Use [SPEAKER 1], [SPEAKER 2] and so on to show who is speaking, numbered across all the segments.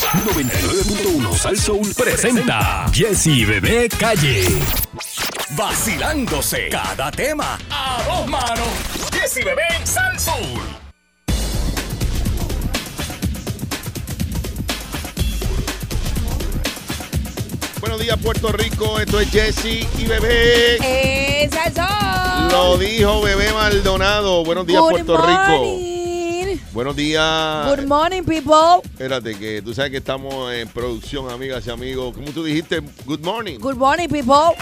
[SPEAKER 1] 99.1 Sal Soul presenta Jesse Bebé Calle. Vacilándose cada tema a dos manos. Jesse Bebé Sal Soul.
[SPEAKER 2] Buenos días, Puerto Rico. Esto es Jesse y Bebé.
[SPEAKER 3] ¡Es el sol!
[SPEAKER 2] Lo dijo Bebé Maldonado. Buenos días,
[SPEAKER 3] Good
[SPEAKER 2] Puerto Rico.
[SPEAKER 3] morning.
[SPEAKER 2] Buenos días.
[SPEAKER 3] Good morning, people.
[SPEAKER 2] Espérate, que tú sabes que estamos en producción, amigas y amigos. ¿Cómo tú dijiste? Good morning.
[SPEAKER 3] Good morning, people.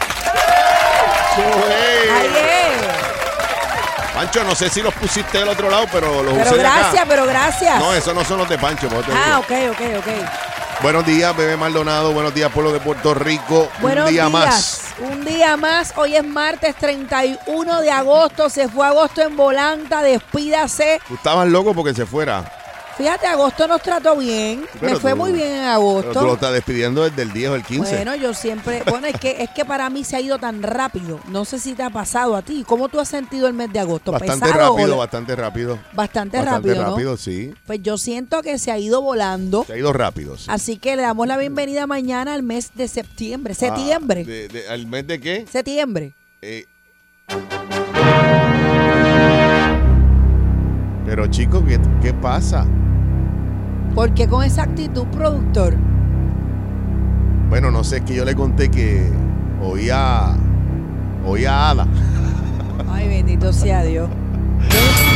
[SPEAKER 2] Sohey.
[SPEAKER 3] Ahí es.
[SPEAKER 2] Pancho, no sé si los pusiste del otro lado, pero los
[SPEAKER 3] Pero
[SPEAKER 2] usé de acá.
[SPEAKER 3] gracias, pero gracias.
[SPEAKER 2] No, esos no son los de Pancho. por eso te
[SPEAKER 3] Ah,
[SPEAKER 2] digo.
[SPEAKER 3] ok, ok, ok.
[SPEAKER 2] Buenos días, Bebé Maldonado. Buenos días, pueblo de Puerto Rico.
[SPEAKER 3] Buenos
[SPEAKER 2] Un día
[SPEAKER 3] días.
[SPEAKER 2] más.
[SPEAKER 3] Un día más. Hoy es martes 31 de agosto. Se fue agosto en volanta. Despídase.
[SPEAKER 2] Tú estabas loco porque se fuera.
[SPEAKER 3] Fíjate, agosto nos trató bien.
[SPEAKER 2] Pero
[SPEAKER 3] Me fue
[SPEAKER 2] tú-
[SPEAKER 3] muy bien en
[SPEAKER 2] Pero tú lo
[SPEAKER 3] agosto.
[SPEAKER 2] estás despidiendo desde el 10 o el 15.
[SPEAKER 3] Bueno, yo siempre. Bueno, es que, es que para mí se ha ido tan rápido. No sé si te ha pasado a ti. ¿Cómo tú has sentido el mes de agosto?
[SPEAKER 2] bastante
[SPEAKER 3] ¿Pesado o
[SPEAKER 2] rápido,
[SPEAKER 3] la-
[SPEAKER 2] bastante rápido.
[SPEAKER 3] Bastante,
[SPEAKER 2] Bastante
[SPEAKER 3] rápido, ¿no?
[SPEAKER 2] rápido, sí.
[SPEAKER 3] Pues yo siento que se ha ido volando.
[SPEAKER 2] Se ha ido rápido. sí.
[SPEAKER 3] Así que le damos la bienvenida mañana al mes de septiembre.
[SPEAKER 2] Ah,
[SPEAKER 3] Septiembre.
[SPEAKER 2] de- de- ¿Al mes de qué?
[SPEAKER 3] septiembre.
[SPEAKER 2] Eh. Pero chicos, ¿qué, qué pasa?
[SPEAKER 3] ¿Por qué con esa actitud, productor?
[SPEAKER 2] Bueno, no sé, es que yo le conté que oía, oía a Ada.
[SPEAKER 3] Ay, bendito sea Dios.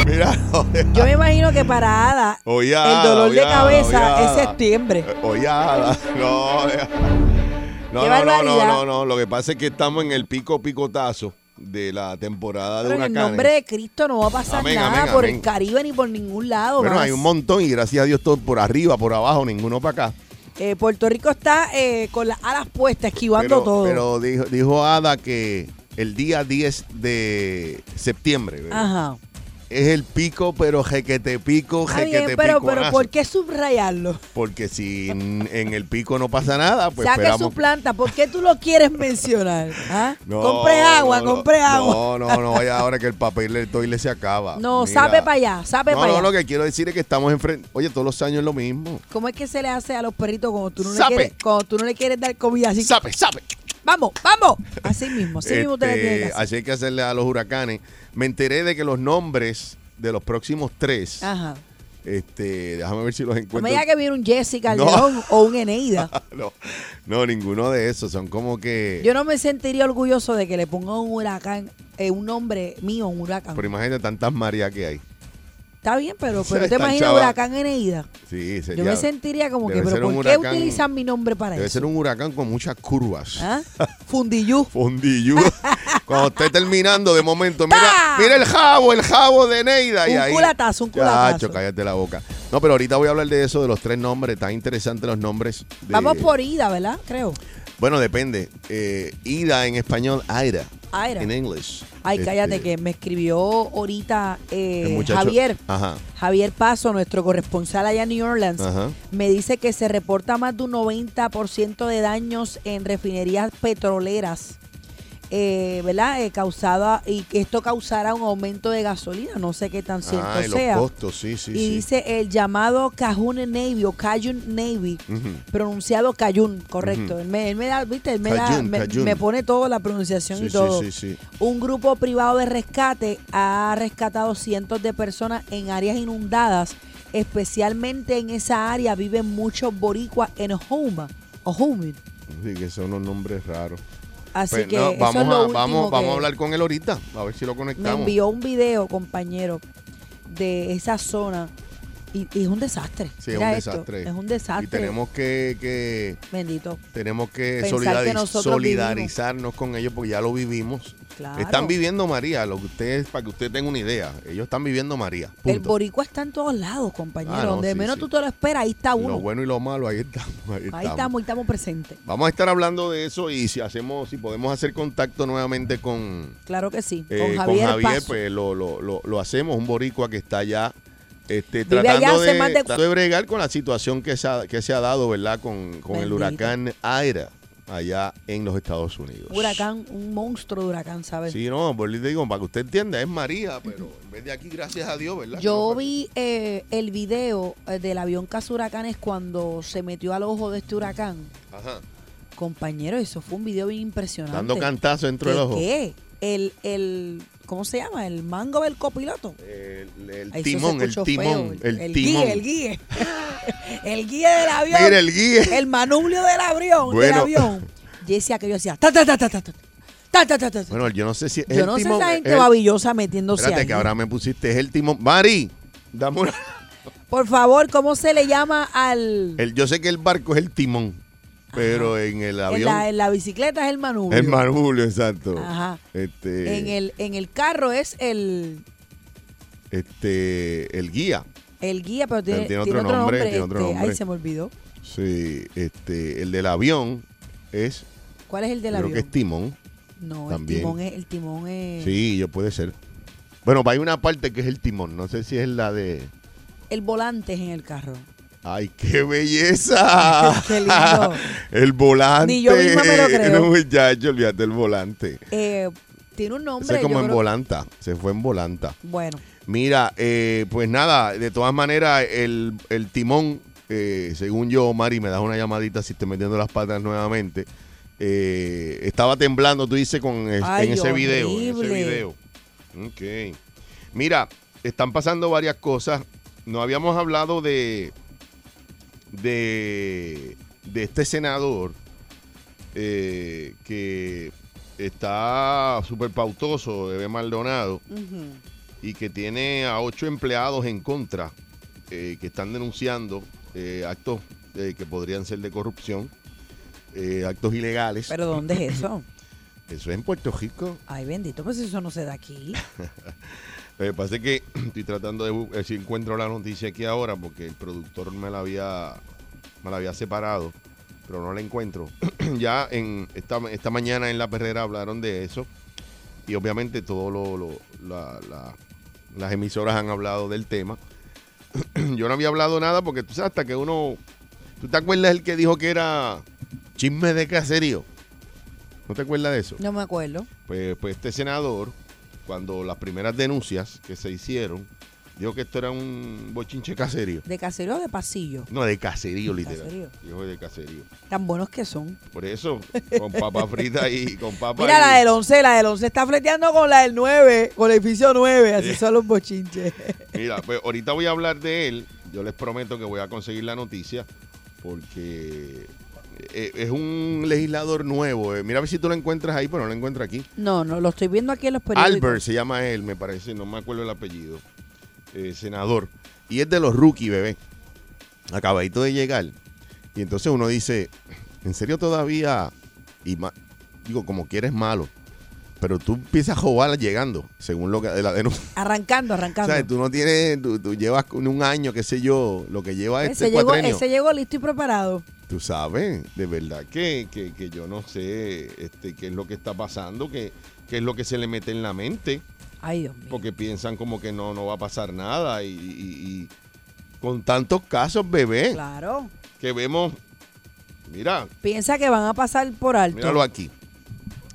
[SPEAKER 2] Mira,
[SPEAKER 3] Yo me imagino que para Ada,
[SPEAKER 2] oía a
[SPEAKER 3] el
[SPEAKER 2] Ada,
[SPEAKER 3] dolor de
[SPEAKER 2] oía a Ada, oía
[SPEAKER 3] cabeza
[SPEAKER 2] a
[SPEAKER 3] es
[SPEAKER 2] Ada.
[SPEAKER 3] septiembre.
[SPEAKER 2] Eh, Oye, Ada, no, deja. no,
[SPEAKER 3] Qué
[SPEAKER 2] no, no, no,
[SPEAKER 3] barbaridad.
[SPEAKER 2] no, no, Lo que pasa es que estamos en el pico picotazo de la temporada de
[SPEAKER 3] Pero en el
[SPEAKER 2] huracanes.
[SPEAKER 3] nombre de Cristo no va a pasar
[SPEAKER 2] Amén,
[SPEAKER 3] nada
[SPEAKER 2] amén,
[SPEAKER 3] por
[SPEAKER 2] amén.
[SPEAKER 3] el Caribe ni por ningún lado.
[SPEAKER 2] Bueno,
[SPEAKER 3] más.
[SPEAKER 2] hay un montón y gracias a Dios todo por arriba, por abajo, ninguno para acá.
[SPEAKER 3] Eh, Puerto Rico está eh, con las alas puestas, esquivando
[SPEAKER 2] Pero,
[SPEAKER 3] todo.
[SPEAKER 2] pero dijo, dijo Ada que el día 10 de septiembre bebé,
[SPEAKER 3] Ajá.
[SPEAKER 2] es el pico, pero jequete pico,
[SPEAKER 3] Está
[SPEAKER 2] jequete
[SPEAKER 3] bien, pero,
[SPEAKER 2] pico.
[SPEAKER 3] pero ¿por qué subrayarlo?
[SPEAKER 2] Porque si en en el pico no pasa nada, pues
[SPEAKER 3] Saque
[SPEAKER 2] esperamos.
[SPEAKER 3] su planta, ¿por qué tú lo quieres mencionar? ¿Ah?
[SPEAKER 2] No,
[SPEAKER 3] compre agua,
[SPEAKER 2] no, no,
[SPEAKER 3] compre agua.
[SPEAKER 2] No, no, no vaya ahora que el papel del toile se acaba.
[SPEAKER 3] No,
[SPEAKER 2] Mira.
[SPEAKER 3] sabe para allá, sabe
[SPEAKER 2] No,
[SPEAKER 3] para
[SPEAKER 2] no,
[SPEAKER 3] allá.
[SPEAKER 2] lo que quiero decir es que estamos enfrente. Oye, todos los años es lo mismo.
[SPEAKER 3] ¿Cómo es que se le hace a los perritos cuando tú no, le
[SPEAKER 2] Sape.
[SPEAKER 3] quieres, cuando tú no le quieres dar comida así?
[SPEAKER 2] Sabe, sabe.
[SPEAKER 3] ¡Vamos, vamos! Así mismo, así mismo usted le
[SPEAKER 2] Este,
[SPEAKER 3] tiene que hacer.
[SPEAKER 2] así hay que hacerle a los huracanes. Me enteré de que los nombres de los próximos tres,
[SPEAKER 3] Ajá.
[SPEAKER 2] este, déjame ver si los
[SPEAKER 3] No
[SPEAKER 2] encuentro.
[SPEAKER 3] me diga Ah. que viene un Jessica Calderón o un Eneida.
[SPEAKER 2] no, no, ninguno de esos. Son como que.
[SPEAKER 3] Yo no me sentiría orgulloso de que le ponga un huracán, eh, un nombre mío, un huracán.
[SPEAKER 2] Pero imagínate tantas María que hay.
[SPEAKER 3] Está bien, pero, pero te
[SPEAKER 2] Está
[SPEAKER 3] imaginas
[SPEAKER 2] chaval.
[SPEAKER 3] huracán Eneida.
[SPEAKER 2] Sí, sería,
[SPEAKER 3] Yo me sentiría como que,
[SPEAKER 2] debe
[SPEAKER 3] pero
[SPEAKER 2] ser un
[SPEAKER 3] ¿por qué
[SPEAKER 2] huracán-
[SPEAKER 3] utilizan mi nombre para
[SPEAKER 2] Debe
[SPEAKER 3] eso?
[SPEAKER 2] ser un huracán con muchas curvas.
[SPEAKER 3] ¿Ah? Fundillú.
[SPEAKER 2] Fondillo. Cuando esté terminando, de momento, mira,
[SPEAKER 3] ¡Ta!
[SPEAKER 2] mira el jabo, el jabo de Neida. y
[SPEAKER 3] Un
[SPEAKER 2] ahí,
[SPEAKER 3] culatazo, un culatazo.
[SPEAKER 2] Chacho, cállate la boca. No, pero ahorita voy a hablar de eso, de los tres nombres. Tan interesantes los nombres. de-
[SPEAKER 3] Vamos por ida, ¿verdad? Creo.
[SPEAKER 2] Bueno, depende. Eh, Ida en español, Aira.
[SPEAKER 3] Aira.
[SPEAKER 2] En inglés.
[SPEAKER 3] Ay, cállate,
[SPEAKER 2] Este,
[SPEAKER 3] que me escribió ahorita eh,
[SPEAKER 2] el muchacho-
[SPEAKER 3] Javier.
[SPEAKER 2] Ajá.
[SPEAKER 3] Javier Paso, nuestro corresponsal allá en New Orleans,
[SPEAKER 2] Ajá.
[SPEAKER 3] me dice que se reporta más de un 90% de daños en refinerías petroleras, eh, ¿verdad? Eh, causada, y que esto causará un aumento de gasolina, no sé qué tan cierto
[SPEAKER 2] Ah, y los
[SPEAKER 3] sea.
[SPEAKER 2] costos, sí, sí,
[SPEAKER 3] y
[SPEAKER 2] sí.
[SPEAKER 3] dice el llamado Cajun Navy o Cajun Navy,
[SPEAKER 2] Ujú.
[SPEAKER 3] pronunciado Cajun, correcto. él, me, él me da, viste, él me, da-
[SPEAKER 2] Cajun,
[SPEAKER 3] me-
[SPEAKER 2] Cajun.
[SPEAKER 3] me pone toda la pronunciación
[SPEAKER 2] Sí,
[SPEAKER 3] y
[SPEAKER 2] sí,
[SPEAKER 3] todo.
[SPEAKER 2] sí, sí.
[SPEAKER 3] Un grupo privado de rescate ha rescatado cientos de personas en áreas inundadas. Especialmente en esa área viven muchos boricuas en Houma o Houmid.
[SPEAKER 2] Sí, que son unos nombres raros.
[SPEAKER 3] Así
[SPEAKER 2] Pues,
[SPEAKER 3] que
[SPEAKER 2] no,
[SPEAKER 3] eso
[SPEAKER 2] vamos,
[SPEAKER 3] es lo
[SPEAKER 2] a,
[SPEAKER 3] último
[SPEAKER 2] vamos, vamos
[SPEAKER 3] que
[SPEAKER 2] a hablar con él ahorita, a ver si lo
[SPEAKER 3] Me
[SPEAKER 2] conectamos.
[SPEAKER 3] envió un video, compañero, de esa zona y, y es un desastre.
[SPEAKER 2] Sí, es
[SPEAKER 3] Mira
[SPEAKER 2] un
[SPEAKER 3] esto,
[SPEAKER 2] desastre.
[SPEAKER 3] Es un desastre.
[SPEAKER 2] Y tenemos que- que
[SPEAKER 3] Bendito.
[SPEAKER 2] Tenemos que,
[SPEAKER 3] Pensar
[SPEAKER 2] solidari-
[SPEAKER 3] que nosotros
[SPEAKER 2] solidarizarnos con ellos porque ya lo vivimos.
[SPEAKER 3] Claro.
[SPEAKER 2] Están viviendo María, lo que ustedes, para que usted tenga una idea. Ellos están viviendo María.
[SPEAKER 3] El
[SPEAKER 2] punto.
[SPEAKER 3] boricua está en todos lados, compañero.
[SPEAKER 2] Ah, no,
[SPEAKER 3] Donde
[SPEAKER 2] sí,
[SPEAKER 3] menos
[SPEAKER 2] sí.
[SPEAKER 3] tú te lo esperas, ahí está uno.
[SPEAKER 2] Lo bueno y lo malo, ahí estamos. Ahí,
[SPEAKER 3] ahí
[SPEAKER 2] estamos.
[SPEAKER 3] estamos, ahí estamos presentes.
[SPEAKER 2] Vamos a estar hablando de eso y si hacemos, si podemos hacer contacto nuevamente con,
[SPEAKER 3] Claro que sí.
[SPEAKER 2] eh,
[SPEAKER 3] con Javier, Paso.
[SPEAKER 2] pues lo, lo, lo, lo hacemos, un boricua que está allá. Este,
[SPEAKER 3] Vive
[SPEAKER 2] tratando,
[SPEAKER 3] allá hace
[SPEAKER 2] de,
[SPEAKER 3] más de-
[SPEAKER 2] tratando de bregar con la situación que se ha, que se ha dado, ¿verdad? Con, con el
[SPEAKER 3] Bendito.
[SPEAKER 2] huracán Aira. allá en los Estados Unidos.
[SPEAKER 3] Huracán, un monstruo de huracán, ¿sabes?
[SPEAKER 2] Sí, no, por le digo, para que usted entienda, es María, pero en vez de aquí, gracias a Dios, ¿verdad? Que
[SPEAKER 3] Yo
[SPEAKER 2] no fue-
[SPEAKER 3] vi eh, el video eh, del avión Casa Huracanes cuando se metió al ojo de este huracán.
[SPEAKER 2] Ajá.
[SPEAKER 3] Compañero, eso fue un video bien impresionante.
[SPEAKER 2] Dando cantazo dentro
[SPEAKER 3] ¿De
[SPEAKER 2] del ojo.
[SPEAKER 3] qué? El, el, ¿cómo se llama? El mango del copiloto.
[SPEAKER 2] El, el
[SPEAKER 3] Ahí sí se
[SPEAKER 2] timón, el
[SPEAKER 3] escuchó feo.
[SPEAKER 2] timón, el, timón.
[SPEAKER 3] guía, el guía. el guía del avión.
[SPEAKER 2] Mira, el guía.
[SPEAKER 3] El manubrio del avión. Del
[SPEAKER 2] Bueno.
[SPEAKER 3] avión. Jessy, que yo decía, ta, ta, ta, ta, ta, ta, ta, ta, ta, ta.
[SPEAKER 2] Bueno, yo no sé si es
[SPEAKER 3] yo
[SPEAKER 2] el
[SPEAKER 3] no sé
[SPEAKER 2] timón.
[SPEAKER 3] esa
[SPEAKER 2] es
[SPEAKER 3] gente
[SPEAKER 2] el-
[SPEAKER 3] babillosa metiéndose
[SPEAKER 2] Espérate,
[SPEAKER 3] ahí.
[SPEAKER 2] que ahora me pusiste, es el timón. Mari, dame una-
[SPEAKER 3] Por favor, ¿cómo se le llama al...
[SPEAKER 2] el- yo sé que el barco es el timón, pero en el
[SPEAKER 3] en,
[SPEAKER 2] avión.
[SPEAKER 3] la, en la bicicleta es el manubrio.
[SPEAKER 2] es Marulio, exacto.
[SPEAKER 3] Ajá.
[SPEAKER 2] Este,
[SPEAKER 3] En el, en el carro es el,
[SPEAKER 2] este, el guía.
[SPEAKER 3] el guía, pero tiene,
[SPEAKER 2] Tiene otro
[SPEAKER 3] tiene otro
[SPEAKER 2] nombre,
[SPEAKER 3] nombre.
[SPEAKER 2] tiene otro
[SPEAKER 3] este,
[SPEAKER 2] nombre.
[SPEAKER 3] Ay, se me olvidó.
[SPEAKER 2] Sí, este, el del avión es,
[SPEAKER 3] ¿Cuál es el del
[SPEAKER 2] creo
[SPEAKER 3] avión?
[SPEAKER 2] que es timón.
[SPEAKER 3] no,
[SPEAKER 2] también.
[SPEAKER 3] el timón es... El timón es
[SPEAKER 2] Sí, yo puede ser. Bueno, hay una parte que es el timón, no sé si es la de...
[SPEAKER 3] El volante es en el carro.
[SPEAKER 2] ¡Ay, qué belleza!
[SPEAKER 3] Qué lindo.
[SPEAKER 2] el volante.
[SPEAKER 3] Ni yo misma me lo creo.
[SPEAKER 2] No, muchacho, olvídate del volante.
[SPEAKER 3] Eh, tiene un
[SPEAKER 2] Eso
[SPEAKER 3] nombre.
[SPEAKER 2] es como
[SPEAKER 3] yo
[SPEAKER 2] en
[SPEAKER 3] creo-
[SPEAKER 2] volanta, se fue en volanta.
[SPEAKER 3] Bueno,
[SPEAKER 2] Mira, eh, pues nada, de todas maneras, el, el timón, eh, según yo, Mari, me das una llamadita si te metiendo las patas nuevamente. eh, estaba temblando, tú dices, con es-
[SPEAKER 3] Ay,
[SPEAKER 2] en ese video. En ese
[SPEAKER 3] horrible.
[SPEAKER 2] video. Ok. Mira, están pasando varias cosas. No habíamos hablado de, de, de este senador eh, que está súper pautoso, Bebé Maldonado y que tiene a ocho empleados en contra eh, que están denunciando eh, actos eh, que podrían ser de corrupción, eh, actos ilegales.
[SPEAKER 3] pero ¿dónde es eso?
[SPEAKER 2] Eso es en Puerto Rico.
[SPEAKER 3] Ay, bendito, pues eso no se da aquí.
[SPEAKER 2] Lo que pasa es que estoy tratando de bu- eh, si encuentro la noticia aquí ahora porque el productor me la había me la había separado, pero no la encuentro. ya en esta, esta mañana en la perrera hablaron de eso y obviamente todas las emisoras han hablado del tema. Yo no había hablado nada porque tú sabes hasta que uno ¿Tú te acuerdas el que dijo que era chisme de caserío? ¿No te acuerdas de eso?
[SPEAKER 3] No me acuerdo.
[SPEAKER 2] Pues, pues este senador, cuando las primeras denuncias que se hicieron, dijo que esto era un bochinche caserío.
[SPEAKER 3] ¿De caserío o de pasillo?
[SPEAKER 2] No, de caserío,
[SPEAKER 3] De
[SPEAKER 2] literal.
[SPEAKER 3] caserío.
[SPEAKER 2] Dijo de caserío.
[SPEAKER 3] Tan buenos que son.
[SPEAKER 2] Por eso, con papa frita y con papa.
[SPEAKER 3] Mira
[SPEAKER 2] y-
[SPEAKER 3] la del 11, la del 11 está fleteando con la del 9, con el edificio 9, así son los bochinches.
[SPEAKER 2] Mira, pues ahorita voy a hablar de él. Yo les prometo que voy a conseguir la noticia porque eh, es un legislador nuevo. eh. Mira a ver si tú lo encuentras ahí, pero no lo encuentro aquí.
[SPEAKER 3] No, no, lo estoy viendo aquí en los periódicos.
[SPEAKER 2] Albert se llama él, me parece, no me acuerdo el apellido. eh, senador. Y es de los rookies, bebé. Acabadito de llegar. Y entonces uno dice, ¿en serio todavía? Y ma- digo, como quieres malo. Pero tú empiezas a jugar llegando, según lo que de la denuncia.
[SPEAKER 3] Arrancando,
[SPEAKER 2] O
[SPEAKER 3] arrancando.
[SPEAKER 2] sea, tú no tienes, tú, tú llevas con un año, qué sé yo, lo que lleva este
[SPEAKER 3] ese, llegó,
[SPEAKER 2] cuatrenio.
[SPEAKER 3] ese llegó listo y preparado.
[SPEAKER 2] Tú sabes, de verdad que, que- que yo no sé este, qué es lo que está pasando, qué, qué es lo que se le mete en la mente
[SPEAKER 3] Ay, Dios mío.
[SPEAKER 2] porque piensan como que no, no va a pasar nada. Y, y- y con tantos casos, bebé,
[SPEAKER 3] Claro.
[SPEAKER 2] que vemos, mira,
[SPEAKER 3] Piensa que van a pasar por alto.
[SPEAKER 2] míralo aquí.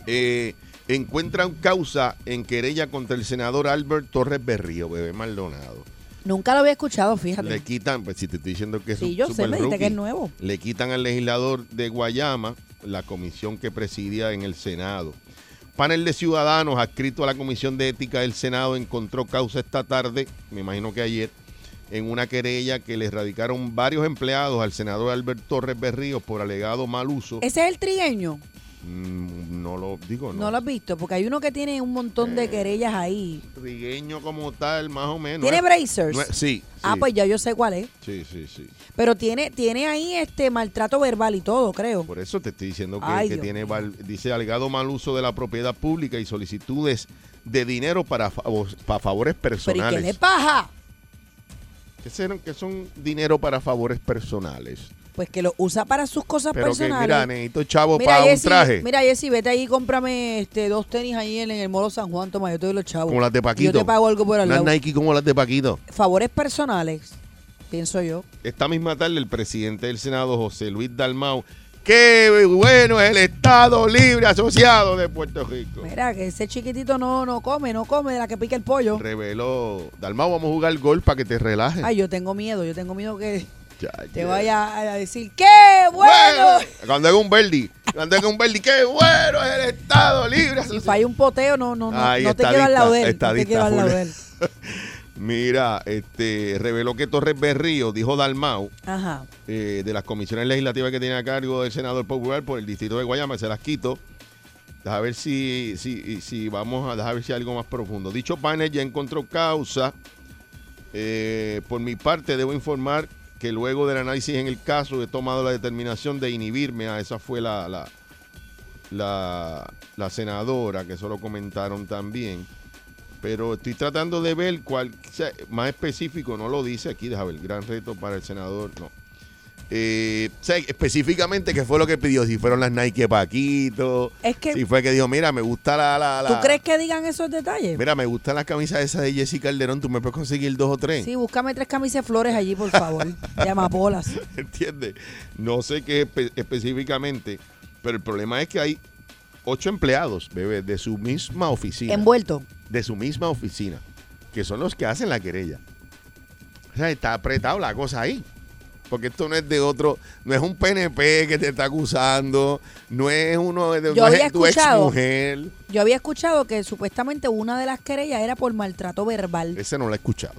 [SPEAKER 2] Eh, encuentran causa en querella contra el senador Albert Torres Berrío, bebé Maldonado.
[SPEAKER 3] Nunca lo había escuchado, fíjate.
[SPEAKER 2] Le quitan, pues si te estoy diciendo que es
[SPEAKER 3] Sí,
[SPEAKER 2] un
[SPEAKER 3] yo sé,
[SPEAKER 2] super
[SPEAKER 3] me dijiste
[SPEAKER 2] rookie,
[SPEAKER 3] que es nuevo.
[SPEAKER 2] Le quitan al legislador de Guayama la comisión que presidía en el Senado. Panel de Ciudadanos adscrito a la Comisión de Ética del Senado encontró causa esta tarde, me imagino que ayer, en una querella que le radicaron varios empleados al senador Albert Torres Berríos por alegado mal uso.
[SPEAKER 3] Ese es el trigueño.
[SPEAKER 2] Mm, no lo digo,
[SPEAKER 3] No.
[SPEAKER 2] no.
[SPEAKER 3] lo has visto, porque hay uno que tiene un montón de querellas ahí.
[SPEAKER 2] Rigueño como tal, más o menos.
[SPEAKER 3] ¿Tiene
[SPEAKER 2] No es-
[SPEAKER 3] bracers?
[SPEAKER 2] no es- sí,
[SPEAKER 3] Ah,
[SPEAKER 2] sí.
[SPEAKER 3] pues ya yo sé cuál es.
[SPEAKER 2] Sí, sí, sí.
[SPEAKER 3] Pero tiene, tiene ahí este maltrato verbal y todo, creo.
[SPEAKER 2] Por eso te estoy diciendo que,
[SPEAKER 3] Ay,
[SPEAKER 2] que
[SPEAKER 3] Dios
[SPEAKER 2] tiene,
[SPEAKER 3] mío.
[SPEAKER 2] val- dice, alegado mal uso de la propiedad pública y solicitudes de dinero para, favo- para favores
[SPEAKER 3] Pero ¿y qué le
[SPEAKER 2] personales.
[SPEAKER 3] paja?
[SPEAKER 2] Que son, que son dinero para favores personales.
[SPEAKER 3] Pues que lo usa para sus cosas
[SPEAKER 2] Pero que,
[SPEAKER 3] personales.
[SPEAKER 2] mira, necesito chavo
[SPEAKER 3] Mira,
[SPEAKER 2] para un
[SPEAKER 3] Jessy,
[SPEAKER 2] traje.
[SPEAKER 3] mira, Jessy, vete ahí y cómprame este, dos tenis ahí en, en el Molo San Juan, toma, yo te doy los chavos.
[SPEAKER 2] como las de Paquito.
[SPEAKER 3] Yo te pago algo por al
[SPEAKER 2] Unas
[SPEAKER 3] lado.
[SPEAKER 2] Nike como las de Paquito.
[SPEAKER 3] Favores personales, pienso yo.
[SPEAKER 2] Esta misma tarde, el presidente del Senado, José Luis Dalmau, Qué bueno es el Estado Libre Asociado de Puerto Rico.
[SPEAKER 3] Mira, que ese chiquitito no, no come, no come de la que pica el pollo.
[SPEAKER 2] Reveló. Dalmau, vamos a jugar gol para que te relajes.
[SPEAKER 3] Ay, yo tengo miedo, yo tengo miedo que
[SPEAKER 2] Ya,
[SPEAKER 3] te
[SPEAKER 2] ya.
[SPEAKER 3] vaya a- a decir, ¡qué bueno!
[SPEAKER 2] Cuando haga un verdi, cuando haga un verdi, qué bueno es el Estado Libre
[SPEAKER 3] Si
[SPEAKER 2] Asociado.
[SPEAKER 3] falla un poteo, no, no, no,
[SPEAKER 2] Ay,
[SPEAKER 3] no te quedo al lado de él.
[SPEAKER 2] estadista,
[SPEAKER 3] No te quedo al lado de él.
[SPEAKER 2] estadista, Mira, este, reveló que Torres Berrío dijo Dalmau
[SPEAKER 3] Ajá.
[SPEAKER 2] eh, de las comisiones legislativas que tiene a cargo el senador popular por el distrito de Guayama, se las quito. Deja ver si, si, si vamos a dejar ver si hay algo más profundo. Dicho panel ya encontró causa. Eh, por mi parte, debo informar que luego del análisis en el caso he tomado la determinación de inhibirme. A esa fue la, la, la, la senadora, que eso lo comentaron también. Pero estoy tratando de ver cuál, o sea, más específico, no lo dice aquí, deja ver, gran reto para el senador, no. Eh, o sea, específicamente, ¿qué fue lo que pidió? Si fueron las Nike de Paquito,
[SPEAKER 3] Es que-
[SPEAKER 2] si fue que dijo, mira, me gusta la... la, la-
[SPEAKER 3] ¿Tú crees que digan esos detalles?
[SPEAKER 2] Mira, me gustan las camisas esas de Jessica Calderón, tú me puedes conseguir dos o tres.
[SPEAKER 3] Sí, búscame tres camisas de flores allí, por favor. De amapolas.
[SPEAKER 2] ¿Entiendes? No sé qué espe- específicamente, pero el problema es que hay ocho empleados, bebé, de su misma oficina.
[SPEAKER 3] Envuelto.
[SPEAKER 2] de su misma oficina, que son los que hacen la querella. O sea, está apretado la cosa ahí. Porque esto no es de otro, no es un PNP que te está acusando, no es uno de
[SPEAKER 3] Yo
[SPEAKER 2] no
[SPEAKER 3] había
[SPEAKER 2] es tu ex
[SPEAKER 3] escuchado.
[SPEAKER 2] mujer.
[SPEAKER 3] Yo había escuchado que supuestamente una de las querellas era por maltrato verbal.
[SPEAKER 2] Ese no lo he escuchado.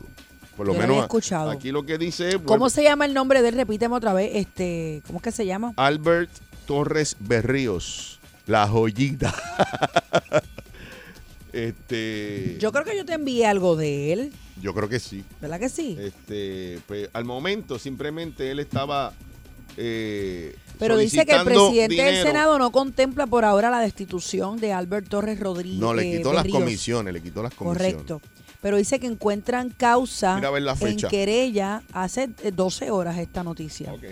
[SPEAKER 2] Por lo
[SPEAKER 3] Yo no lo
[SPEAKER 2] menos
[SPEAKER 3] he
[SPEAKER 2] a-
[SPEAKER 3] escuchado.
[SPEAKER 2] aquí lo que dice es bueno,
[SPEAKER 3] ¿Cómo se llama el nombre de él? Repíteme otra vez. Este, ¿Cómo es que se llama?
[SPEAKER 2] Albert Torres Berríos, la joyita. este,
[SPEAKER 3] Yo creo que yo te envié algo de él.
[SPEAKER 2] yo creo que sí.
[SPEAKER 3] ¿Verdad que sí?
[SPEAKER 2] Este, pues, al momento simplemente él estaba. eh,
[SPEAKER 3] Pero dice que el
[SPEAKER 2] solicitando
[SPEAKER 3] presidente del
[SPEAKER 2] dinero.
[SPEAKER 3] Senado no contempla por ahora la destitución de Albert Torres Rodríguez.
[SPEAKER 2] No, le
[SPEAKER 3] eh,
[SPEAKER 2] quitó las
[SPEAKER 3] Berríos.
[SPEAKER 2] comisiones, le quitó las comisiones.
[SPEAKER 3] Correcto. Pero dice que encuentran causa
[SPEAKER 2] Mira a ver la fecha.
[SPEAKER 3] en querella hace eh, 12 horas esta noticia.
[SPEAKER 2] Ok.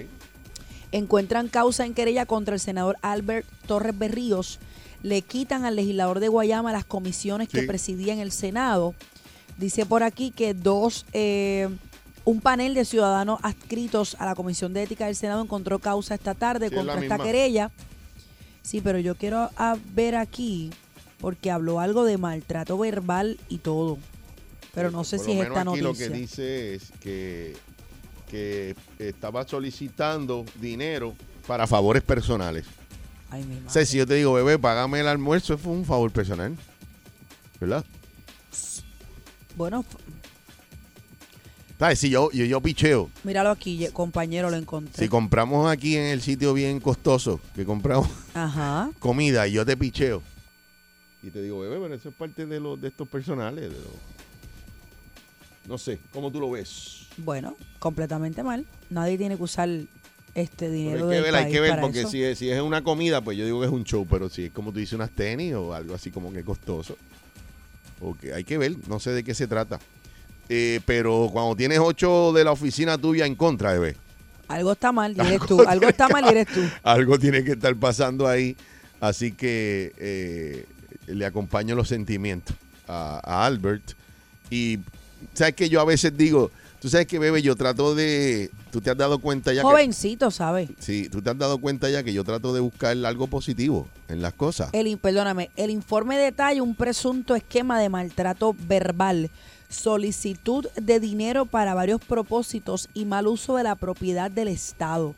[SPEAKER 3] encuentran causa en querella contra el senador Albert Torres Berríos, le quitan al legislador de Guayama las comisiones que
[SPEAKER 2] Sí.
[SPEAKER 3] presidía en el Senado. Dice por aquí que dos, eh, un panel de ciudadanos adscritos a la Comisión de Ética del Senado encontró causa esta tarde
[SPEAKER 2] Sí, es la
[SPEAKER 3] contra esta
[SPEAKER 2] misma.
[SPEAKER 3] querella. Sí, pero yo quiero ah, ver aquí, porque habló algo de maltrato verbal y todo. Pero no sé
[SPEAKER 2] Eh, Por
[SPEAKER 3] si
[SPEAKER 2] lo
[SPEAKER 3] es
[SPEAKER 2] menos
[SPEAKER 3] esta
[SPEAKER 2] aquí
[SPEAKER 3] noticia.
[SPEAKER 2] lo que dice es que, que estaba solicitando dinero para favores personales.
[SPEAKER 3] Ay, mi
[SPEAKER 2] O
[SPEAKER 3] madre.
[SPEAKER 2] sea, si yo te digo, bebé, págame el almuerzo, eso fue un favor personal. ¿Verdad?
[SPEAKER 3] Bueno, f-
[SPEAKER 2] ¿Sabes? Si yo, yo, yo picheo,
[SPEAKER 3] míralo aquí, ye- compañero, lo encontré.
[SPEAKER 2] si compramos aquí en el sitio bien costoso, que compramos
[SPEAKER 3] Ajá.
[SPEAKER 2] comida y yo te picheo. Y te digo, bebé, pero eso es parte de, los de estos personales. de los-". No sé, ¿cómo tú lo ves?
[SPEAKER 3] Bueno, completamente mal. Nadie tiene que usar este dinero
[SPEAKER 2] Pero hay que
[SPEAKER 3] del
[SPEAKER 2] ver,
[SPEAKER 3] país
[SPEAKER 2] hay que ver,
[SPEAKER 3] para
[SPEAKER 2] porque
[SPEAKER 3] eso.
[SPEAKER 2] si es, si es una comida, pues yo digo que es un show, pero si es como tú dices, unas tenis o algo así como que costoso, o que hay que ver, no sé de qué se trata. Eh, pero cuando tienes ocho de la oficina tuya en contra, bebé,
[SPEAKER 3] Algo está mal y eres
[SPEAKER 2] Algo
[SPEAKER 3] tú.
[SPEAKER 2] tiene
[SPEAKER 3] Algo está
[SPEAKER 2] que-
[SPEAKER 3] mal y eres tú.
[SPEAKER 2] algo tiene que estar pasando ahí, así que eh, le acompaño los sentimientos a, a Albert. Y sabes que yo a veces digo, tú sabes que, bebé, yo trato de, tú te has dado cuenta ya que...
[SPEAKER 3] Jovencito, ¿sabes?
[SPEAKER 2] Sí, tú te has dado cuenta ya que yo trato de buscar algo positivo en las cosas.
[SPEAKER 3] El, in- perdóname, el informe detalla un presunto esquema de maltrato verbal, solicitud de dinero para varios propósitos y mal uso de la propiedad del Estado.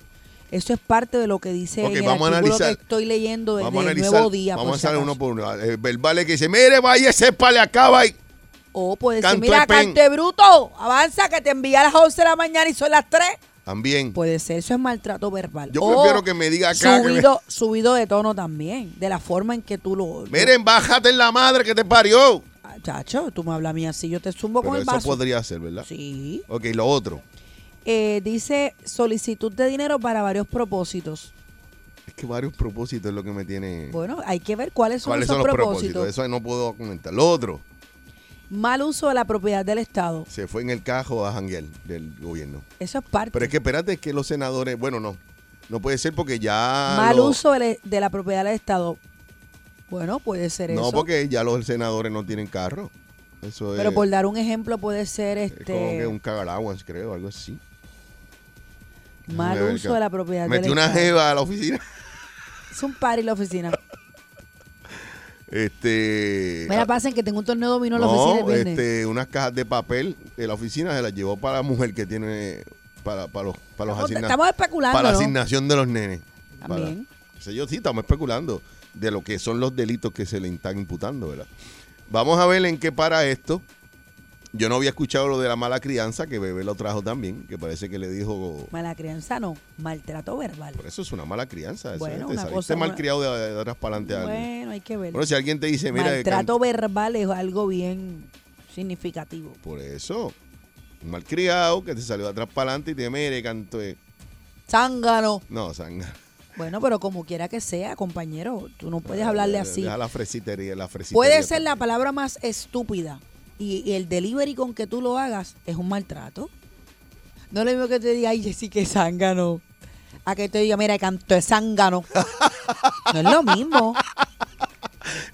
[SPEAKER 3] Eso es parte de lo que dice
[SPEAKER 2] Ok,
[SPEAKER 3] en el
[SPEAKER 2] vamos a
[SPEAKER 3] artículo
[SPEAKER 2] analizar-
[SPEAKER 3] que estoy leyendo del
[SPEAKER 2] vamos
[SPEAKER 3] del
[SPEAKER 2] a analizar,
[SPEAKER 3] Nuevo Día.
[SPEAKER 2] vamos a
[SPEAKER 3] por si
[SPEAKER 2] hacer
[SPEAKER 3] acaso.
[SPEAKER 2] uno por uno. Eh, verbales que dice, mire, vaya, sepa, le acaba y
[SPEAKER 3] O Oh, puede decir,
[SPEAKER 2] Canto de
[SPEAKER 3] mira,
[SPEAKER 2] pen.
[SPEAKER 3] canto de bruto, avanza que te envía a las 11 de la mañana y son las 3.
[SPEAKER 2] también.
[SPEAKER 3] Puede ser, eso es maltrato verbal.
[SPEAKER 2] Yo
[SPEAKER 3] O
[SPEAKER 2] prefiero que me diga acá. que me-
[SPEAKER 3] Subido, subido de tono también, de la forma en que tú lo.
[SPEAKER 2] Miren, bájate en la madre que te parió.
[SPEAKER 3] Ah, Chacho, tú me hablas a mí así, yo te zumbo
[SPEAKER 2] Pero
[SPEAKER 3] con el
[SPEAKER 2] eso
[SPEAKER 3] vaso.
[SPEAKER 2] podría ser, ¿verdad?
[SPEAKER 3] Sí.
[SPEAKER 2] Ok, lo otro.
[SPEAKER 3] Eh, dice solicitud de dinero para varios propósitos.
[SPEAKER 2] Es que varios propósitos es lo que me tiene.
[SPEAKER 3] Bueno, hay que ver cuáles son
[SPEAKER 2] ¿Cuáles
[SPEAKER 3] esos
[SPEAKER 2] son los
[SPEAKER 3] propósitos.
[SPEAKER 2] propósitos? Eso no puedo comentar. Lo otro,
[SPEAKER 3] Mal uso de la propiedad del Estado.
[SPEAKER 2] se fue en el cajo a Janguel del gobierno.
[SPEAKER 3] Eso es parte.
[SPEAKER 2] Pero es que espérate, es que los senadores, bueno, no. No puede ser porque ya.
[SPEAKER 3] Mal
[SPEAKER 2] los-
[SPEAKER 3] uso de, de la propiedad del Estado. Bueno, puede ser
[SPEAKER 2] No,
[SPEAKER 3] eso.
[SPEAKER 2] porque eh, ya los senadores no tienen carro. Eso
[SPEAKER 3] Pero
[SPEAKER 2] es,
[SPEAKER 3] por dar un ejemplo, puede ser
[SPEAKER 2] es como que
[SPEAKER 3] este
[SPEAKER 2] un cagalaguas, creo, algo así.
[SPEAKER 3] mal
[SPEAKER 2] Déjame ver
[SPEAKER 3] uso
[SPEAKER 2] qué-
[SPEAKER 3] de la propiedad
[SPEAKER 2] Metí
[SPEAKER 3] del
[SPEAKER 2] una
[SPEAKER 3] Estado.
[SPEAKER 2] jeva a la oficina.
[SPEAKER 3] Es un par en la oficina.
[SPEAKER 2] Este.
[SPEAKER 3] Mira, pasen que tengo un torneo dominó en la oficina el
[SPEAKER 2] no,
[SPEAKER 3] viernes.
[SPEAKER 2] este, unas cajas de papel de la oficina se las llevó para la mujer que tiene para, para los para los
[SPEAKER 3] Estamos-
[SPEAKER 2] asigna-
[SPEAKER 3] estamos especulando,
[SPEAKER 2] para la
[SPEAKER 3] ¿no?
[SPEAKER 2] asignación de los nenes. Para-
[SPEAKER 3] También.
[SPEAKER 2] qué sé yo sí, estamos especulando de lo que son los delitos que se le están imputando, ¿verdad? Vamos a ver en qué para esto. Yo no había escuchado lo de la mala crianza que Bebé lo trajo también, que parece que le dijo
[SPEAKER 3] Mala crianza no, maltrato verbal.
[SPEAKER 2] por eso es una mala crianza. este Eso
[SPEAKER 3] Bueno,
[SPEAKER 2] es, te
[SPEAKER 3] una
[SPEAKER 2] saliste
[SPEAKER 3] cosa-
[SPEAKER 2] malcriado de, de atrás para adelante a alguien.
[SPEAKER 3] Bueno, hay que ver.
[SPEAKER 2] este Bueno, si alguien te dice, mira, que can-
[SPEAKER 3] maltrato verbal es algo bien significativo.
[SPEAKER 2] Por eso. Un malcriado que te salió de atrás para adelante y te mire, canto. de-
[SPEAKER 3] Zángano.
[SPEAKER 2] No, sanga.
[SPEAKER 3] Bueno, pero como quiera que sea, compañero, tú no
[SPEAKER 2] Eh,
[SPEAKER 3] puedes hablarle así.
[SPEAKER 2] Deja la fresitería, la fresitería.
[SPEAKER 3] Puede ser la palabra más estúpida y, y el delivery con que tú lo hagas es un maltrato. No le digo que te diga, ay, Jessy, que zángano. A que te diga, mira, canto de zángano. no es lo mismo.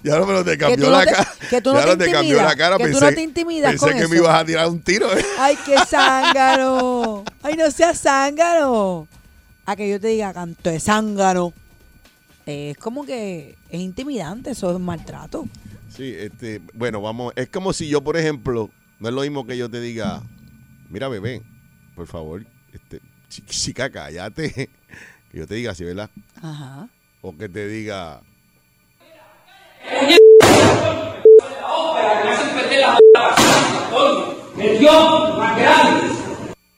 [SPEAKER 2] Ya no, pero te
[SPEAKER 3] tú
[SPEAKER 2] cambió
[SPEAKER 3] no
[SPEAKER 2] la
[SPEAKER 3] te-
[SPEAKER 2] cara.
[SPEAKER 3] que tú no
[SPEAKER 2] Ya
[SPEAKER 3] te
[SPEAKER 2] te cambió
[SPEAKER 3] intimidas,
[SPEAKER 2] la cara.
[SPEAKER 3] que tú
[SPEAKER 2] pensé,
[SPEAKER 3] no te intimidas
[SPEAKER 2] pensé
[SPEAKER 3] con
[SPEAKER 2] que me
[SPEAKER 3] eso.
[SPEAKER 2] ibas a tirar un tiro. ¿eh?
[SPEAKER 3] Ay, qué zángano. Ay, no seas zángano. A que yo te diga, canto de zángano. Es como que es intimidante, eso es maltrato.
[SPEAKER 2] Sí, este, bueno, vamos. Es como si yo, por ejemplo, no es lo mismo que yo te diga, mira, bebé, por favor, este, chi- chica, cállate. Que yo te diga así, ¿verdad?
[SPEAKER 3] Ajá.
[SPEAKER 2] O que te diga,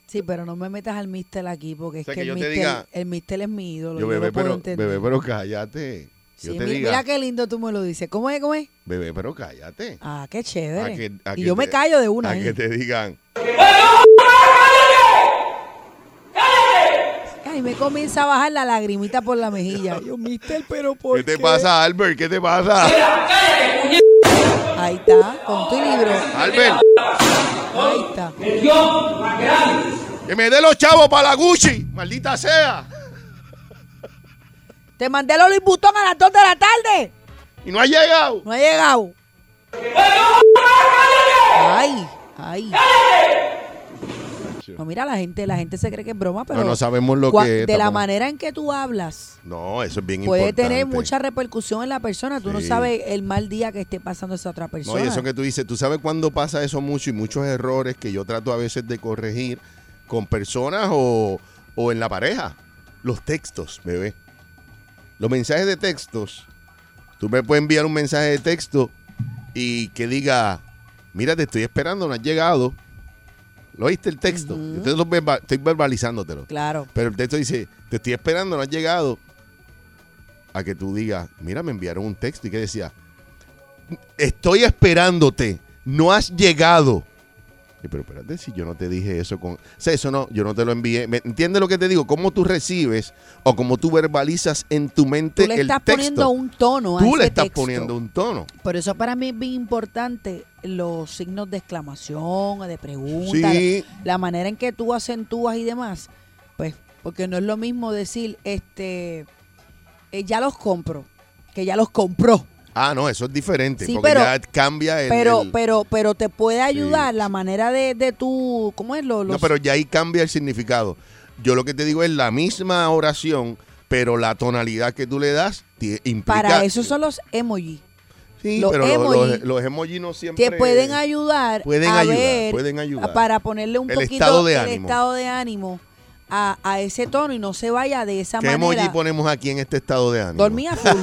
[SPEAKER 3] Sí, pero no me metas al mister aquí, porque
[SPEAKER 2] O sea,
[SPEAKER 3] es que,
[SPEAKER 2] que yo
[SPEAKER 3] el,
[SPEAKER 2] te
[SPEAKER 3] mister,
[SPEAKER 2] diga-
[SPEAKER 3] el mister es mi ídolo.
[SPEAKER 2] yo
[SPEAKER 3] no
[SPEAKER 2] bebé,
[SPEAKER 3] puedo
[SPEAKER 2] pero,
[SPEAKER 3] entender.
[SPEAKER 2] bebé, pero cállate. Yo
[SPEAKER 3] Sí,
[SPEAKER 2] te
[SPEAKER 3] mi-
[SPEAKER 2] diga,
[SPEAKER 3] Mira qué lindo tú me lo dices. ¿Cómo es? ¿Cómo es?
[SPEAKER 2] bebé, pero cállate.
[SPEAKER 3] Ah, qué chévere.
[SPEAKER 2] A que- a
[SPEAKER 3] y
[SPEAKER 2] que
[SPEAKER 3] yo me
[SPEAKER 2] te-
[SPEAKER 3] callo de una. ¿eh?
[SPEAKER 2] A
[SPEAKER 3] ahí.
[SPEAKER 2] que te digan.
[SPEAKER 3] Ay, me comienza a bajar la lagrimita por la mejilla. Yo, mister, pero ¿por
[SPEAKER 2] ¿Qué
[SPEAKER 3] qué?
[SPEAKER 2] te pasa, Albert? ¿Qué te pasa?
[SPEAKER 3] Ahí está, con tu libro.
[SPEAKER 2] Albert,
[SPEAKER 3] Ahí está.
[SPEAKER 2] que me dé los chavos para la Gucci. Maldita sea.
[SPEAKER 3] Te mandé el Oli Butón a las 2 de la tarde.
[SPEAKER 2] Y no ha llegado.
[SPEAKER 3] No ha llegado. Ay, ay. No, mira, la gente, la gente se cree que es broma, pero
[SPEAKER 2] No, no sabemos lo
[SPEAKER 3] cua-
[SPEAKER 2] que es,
[SPEAKER 3] De la
[SPEAKER 2] tampoco.
[SPEAKER 3] manera en que tú hablas,
[SPEAKER 2] No, eso es bien
[SPEAKER 3] puede
[SPEAKER 2] importante.
[SPEAKER 3] tener mucha repercusión en la persona. Tú no
[SPEAKER 2] Sí.
[SPEAKER 3] sabes el mal día que esté pasando esa otra persona.
[SPEAKER 2] No, y eso que tú dices, tú sabes cuándo pasa eso mucho y muchos errores que yo trato a veces de corregir con personas o, o en la pareja. Los textos, bebé. Los mensajes de textos. Tú me puedes enviar un mensaje de texto y que diga, mira, te estoy esperando, no has llegado. ¿Lo oíste el texto? Entonces lo verba- estoy verbalizándotelo.
[SPEAKER 3] Claro.
[SPEAKER 2] Pero el texto dice, te estoy esperando, no has llegado. A que tú digas, mira, me enviaron un texto y que decía, estoy esperándote, no has llegado. Y, Pero espérate, si yo no te dije eso con... O sea, eso no, yo no te lo envié. ¿Me entiendes lo que te digo? ¿Cómo tú recibes o cómo tú verbalizas en tu mente
[SPEAKER 3] Tú le
[SPEAKER 2] el
[SPEAKER 3] estás
[SPEAKER 2] texto?
[SPEAKER 3] poniendo un tono a
[SPEAKER 2] tú le
[SPEAKER 3] ese
[SPEAKER 2] estás
[SPEAKER 3] texto.
[SPEAKER 2] poniendo un tono.
[SPEAKER 3] Por eso para mí es bien importante los signos de exclamación, de pregunta,
[SPEAKER 2] Sí.
[SPEAKER 3] la manera en que tú acentúas y demás. Pues, porque no es lo mismo decir, este, eh, ya los compro, que ya los compró.
[SPEAKER 2] Ah, no, eso es diferente.
[SPEAKER 3] Sí,
[SPEAKER 2] porque
[SPEAKER 3] pero-
[SPEAKER 2] ya cambia el...
[SPEAKER 3] Pero,
[SPEAKER 2] el-
[SPEAKER 3] pero, pero te puede ayudar
[SPEAKER 2] Sí.
[SPEAKER 3] la manera de, de tu, ¿cómo es? Lo,
[SPEAKER 2] No,
[SPEAKER 3] los-
[SPEAKER 2] pero ya ahí cambia el significado. Yo lo que te digo es la misma oración, pero la tonalidad que tú le das te implica.
[SPEAKER 3] para eso son los emoji.
[SPEAKER 2] Sí,
[SPEAKER 3] los
[SPEAKER 2] pero lo-
[SPEAKER 3] emoji
[SPEAKER 2] los, los emojis no siempre.
[SPEAKER 3] Te pueden ayudar
[SPEAKER 2] pueden
[SPEAKER 3] a
[SPEAKER 2] ayudar,
[SPEAKER 3] ver,
[SPEAKER 2] pueden ayudar.
[SPEAKER 3] para ponerle un
[SPEAKER 2] El
[SPEAKER 3] poquito
[SPEAKER 2] estado de
[SPEAKER 3] el
[SPEAKER 2] ánimo.
[SPEAKER 3] estado de ánimo a, a ese tono y no se vaya de esa
[SPEAKER 2] ¿Qué
[SPEAKER 3] manera.
[SPEAKER 2] emoji ponemos aquí en este estado de ánimo?
[SPEAKER 3] Dormía full.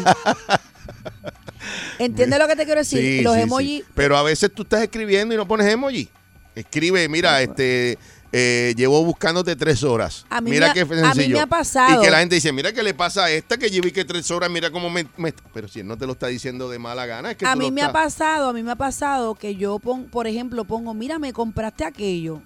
[SPEAKER 3] ¿Entiendes lo que te quiero decir?
[SPEAKER 2] Sí,
[SPEAKER 3] Los
[SPEAKER 2] sí,
[SPEAKER 3] emojis.
[SPEAKER 2] sí. Pero a veces tú estás escribiendo y no pones emoji. Escribe, mira, este. eh, llevo buscándote tres horas.
[SPEAKER 3] A mí
[SPEAKER 2] mira
[SPEAKER 3] me ha-
[SPEAKER 2] qué
[SPEAKER 3] a mí
[SPEAKER 2] sencillo.
[SPEAKER 3] me ha pasado.
[SPEAKER 2] Y que la gente dice, mira qué le pasa a esta que llevé que tres horas, mira cómo me, me- Pero si él no te lo está diciendo de mala gana, es que
[SPEAKER 3] A
[SPEAKER 2] tú lo
[SPEAKER 3] mí me ha
[SPEAKER 2] estás-
[SPEAKER 3] pasado, a mí me ha pasado que yo, pon, por ejemplo, pongo, mira, me compraste aquello.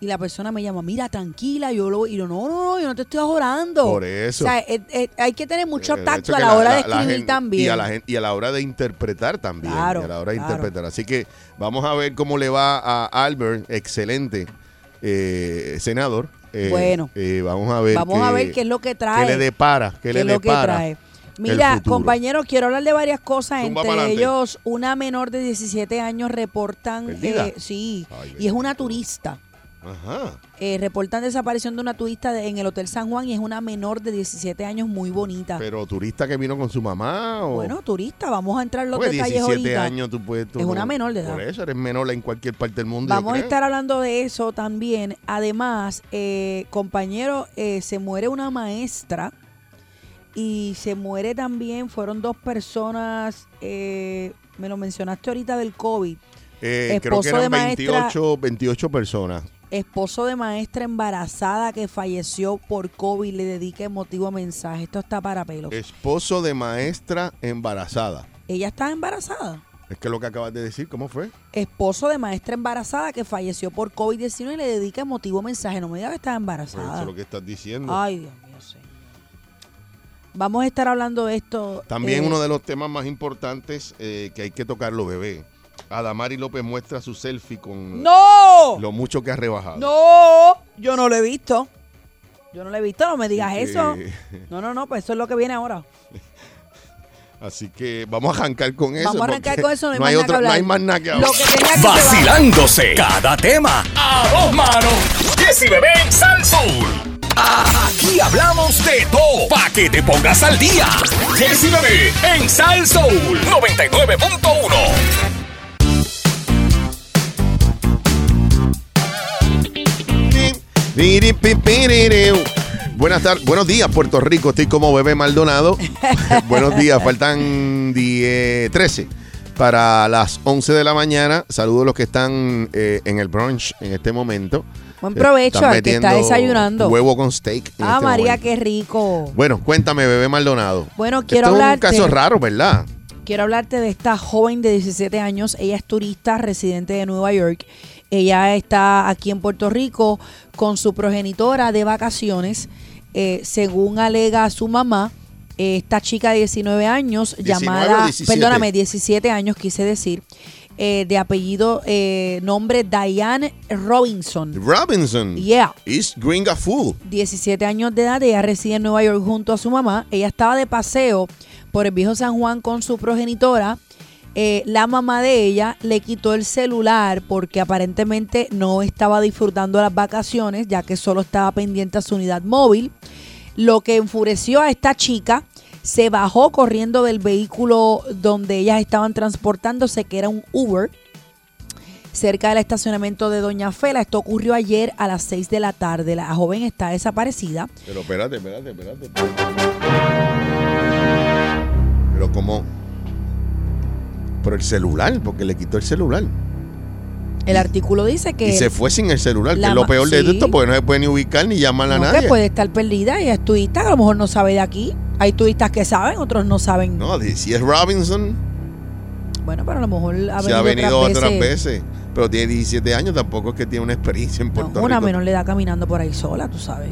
[SPEAKER 3] Y la persona me llama, mira, tranquila, yo lo. Y yo, no, no, no, yo no te estoy ahorando.
[SPEAKER 2] Por eso.
[SPEAKER 3] O sea, eh, eh, hay que tener mucho
[SPEAKER 2] El
[SPEAKER 3] tacto
[SPEAKER 2] hecho
[SPEAKER 3] a
[SPEAKER 2] que
[SPEAKER 3] la, hora de
[SPEAKER 2] la
[SPEAKER 3] escribir
[SPEAKER 2] gen-
[SPEAKER 3] también.
[SPEAKER 2] Y a, la gen- y a la hora de interpretar también.
[SPEAKER 3] Claro,
[SPEAKER 2] y a la hora de
[SPEAKER 3] claro.
[SPEAKER 2] interpretar. Así que vamos a ver cómo le va a Albert, excelente eh, senador. Eh,
[SPEAKER 3] Bueno.
[SPEAKER 2] eh, vamos a ver.
[SPEAKER 3] Vamos a ver qué es lo que trae.
[SPEAKER 2] ¿Qué le depara? ¿Qué,
[SPEAKER 3] que
[SPEAKER 2] le
[SPEAKER 3] es lo que
[SPEAKER 2] depara?
[SPEAKER 3] trae. Mira,
[SPEAKER 2] futuro.
[SPEAKER 3] compañeros, quiero hablar de varias cosas,
[SPEAKER 2] Zumba
[SPEAKER 3] entre
[SPEAKER 2] pa'lante.
[SPEAKER 3] ellos una menor de 17 años reportan,
[SPEAKER 2] ¿Perdida?
[SPEAKER 3] eh, sí,
[SPEAKER 2] Ay,
[SPEAKER 3] y es
[SPEAKER 2] bendito.
[SPEAKER 3] una turista
[SPEAKER 2] Ajá.
[SPEAKER 3] Eh, reportan desaparición de una turista de- en el Hotel San Juan y es una menor de 17 años muy bonita.
[SPEAKER 2] Pero turista que vino con su mamá o.
[SPEAKER 3] bueno, turista, vamos a entrar en los
[SPEAKER 2] Porque
[SPEAKER 3] detalles
[SPEAKER 2] 17
[SPEAKER 3] ahorita.
[SPEAKER 2] años tú puedes. tú
[SPEAKER 3] Es una
[SPEAKER 2] no-
[SPEAKER 3] menor de edad.
[SPEAKER 2] Por eso eres menor en cualquier parte del mundo. yo
[SPEAKER 3] Vamos a
[SPEAKER 2] creo.
[SPEAKER 3] estar hablando de eso también. Además, eh, compañero, eh, se muere una maestra y se muere también, fueron dos personas, eh, me lo mencionaste ahorita del COVID,
[SPEAKER 2] Eh, creo que
[SPEAKER 3] esposo de
[SPEAKER 2] eran
[SPEAKER 3] maestra-
[SPEAKER 2] 28, 28 personas.
[SPEAKER 3] esposo de maestra embarazada que falleció por COVID, le dedica emotivo mensaje. Esto está para pelos.
[SPEAKER 2] Esposo de maestra embarazada.
[SPEAKER 3] Ella está embarazada.
[SPEAKER 2] Es que lo que acabas de decir, ¿cómo fue?
[SPEAKER 3] Esposo de maestra embarazada que falleció por COVID-19 y le dedica emotivo mensaje. No me digas que está
[SPEAKER 2] Pues
[SPEAKER 3] embarazada.
[SPEAKER 2] eso es lo que estás diciendo.
[SPEAKER 3] Ay, Dios mío, señor. Vamos a estar hablando de esto.
[SPEAKER 2] También
[SPEAKER 3] eh,
[SPEAKER 2] uno de los temas más importantes eh, que hay que tocarlo, bebé. Adamari López muestra su selfie con
[SPEAKER 3] ¡No!
[SPEAKER 2] lo mucho que ha rebajado.
[SPEAKER 3] ¡No! Yo no lo he visto. Yo no lo he visto, no me digas
[SPEAKER 2] Eh,
[SPEAKER 3] eso. No, no, no, pues eso es lo que viene ahora.
[SPEAKER 2] Así que vamos a arrancar con eso.
[SPEAKER 3] Vamos a arrancar
[SPEAKER 2] porque
[SPEAKER 3] con eso, no hay más
[SPEAKER 2] hay
[SPEAKER 3] nada que
[SPEAKER 2] otro- no
[SPEAKER 3] hablar.
[SPEAKER 2] hay más nada que hablar.
[SPEAKER 3] Lo que tenía que se va.
[SPEAKER 1] Vacilándose cada tema. A dos manos. Jessy Bebé en Salsoul. Aquí hablamos de todo. Pa' que te pongas al día. Jessy Bebé en Salsoul 99.1.
[SPEAKER 2] Buenas tardes, buenos días Puerto Rico, estoy como bebé Maldonado. buenos días, faltan 10, 13 para las 11 de la mañana. Saludos a los que están eh, en el brunch en este momento.
[SPEAKER 3] Buen provecho
[SPEAKER 2] Están
[SPEAKER 3] al que está
[SPEAKER 2] metiendo
[SPEAKER 3] desayunando.
[SPEAKER 2] Huevo con steak. en
[SPEAKER 3] Ah,
[SPEAKER 2] este
[SPEAKER 3] María,
[SPEAKER 2] momento.
[SPEAKER 3] qué rico.
[SPEAKER 2] Bueno, cuéntame, bebé Maldonado.
[SPEAKER 3] Bueno, quiero
[SPEAKER 2] Esto
[SPEAKER 3] hablarte-
[SPEAKER 2] Es un caso raro, ¿verdad?
[SPEAKER 3] Quiero hablarte de esta joven de 17 años. Ella es turista, residente de Nueva York. Ella está aquí en Puerto Rico con su progenitora de vacaciones. Eh, según alega su mamá, eh, esta chica de 19 años,
[SPEAKER 2] 19
[SPEAKER 3] llamada,
[SPEAKER 2] o 17.
[SPEAKER 3] perdóname, 17 años quise decir, eh, de apellido, eh, nombre Diane Robinson.
[SPEAKER 2] Robinson.
[SPEAKER 3] Yeah.
[SPEAKER 2] Is Gringa Fool.
[SPEAKER 3] 17 años de edad, ella reside en Nueva York junto a su mamá. Ella estaba de paseo por el viejo San Juan con su progenitora. Eh, la mamá de ella le quitó el celular porque aparentemente no estaba disfrutando las vacaciones, ya que solo estaba pendiente a su unidad móvil. Lo que enfureció a esta chica, se bajó corriendo del vehículo donde ellas estaban transportándose, que era un Uber cerca del estacionamiento de Doña Fela. Esto ocurrió ayer a las 6 de la tarde. La joven está desaparecida.
[SPEAKER 2] Pero espérate, espérate, espérate. Pero como. Pero el celular, porque le quitó el celular.
[SPEAKER 3] El artículo dice que
[SPEAKER 2] Y se fue sin el celular, que
[SPEAKER 3] la
[SPEAKER 2] es lo
[SPEAKER 3] ma-
[SPEAKER 2] peor de
[SPEAKER 3] sí.
[SPEAKER 2] esto, porque no se puede ni ubicar ni llamar a
[SPEAKER 3] no, que
[SPEAKER 2] nadie.
[SPEAKER 3] puede estar perdida. Ella es turista, que a lo mejor no sabe de aquí. Hay turistas que saben, otros no saben.
[SPEAKER 2] No, de- si es Robinson,
[SPEAKER 3] Bueno, pero a lo mejor ha
[SPEAKER 2] se ha venido
[SPEAKER 3] otras
[SPEAKER 2] otras
[SPEAKER 3] veces.
[SPEAKER 2] veces. Pero tiene 17 años, tampoco es que tiene una experiencia en
[SPEAKER 3] No,
[SPEAKER 2] Puerto
[SPEAKER 3] una
[SPEAKER 2] Rico.
[SPEAKER 3] menor le da caminando por ahí sola, tú sabes.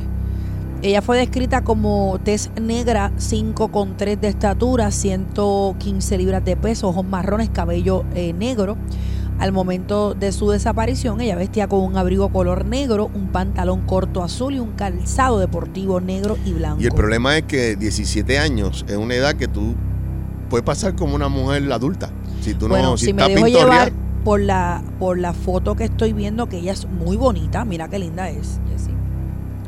[SPEAKER 3] Ella fue descrita como tez negra, 5,3 de estatura, 115 libras de peso, ojos marrones, cabello eh, negro. Al momento de su desaparición, ella vestía con un abrigo color negro, un pantalón corto azul y un calzado deportivo negro y blanco.
[SPEAKER 2] Y el problema es que 17 años es una edad que tú puedes pasar como una mujer adulta. Si tú no,
[SPEAKER 3] bueno,
[SPEAKER 2] si,
[SPEAKER 3] si me
[SPEAKER 2] estás
[SPEAKER 3] dejo
[SPEAKER 2] pintorrea,
[SPEAKER 3] llevar por la, por la foto que estoy viendo, que ella es muy bonita, mira qué linda es, Jessie.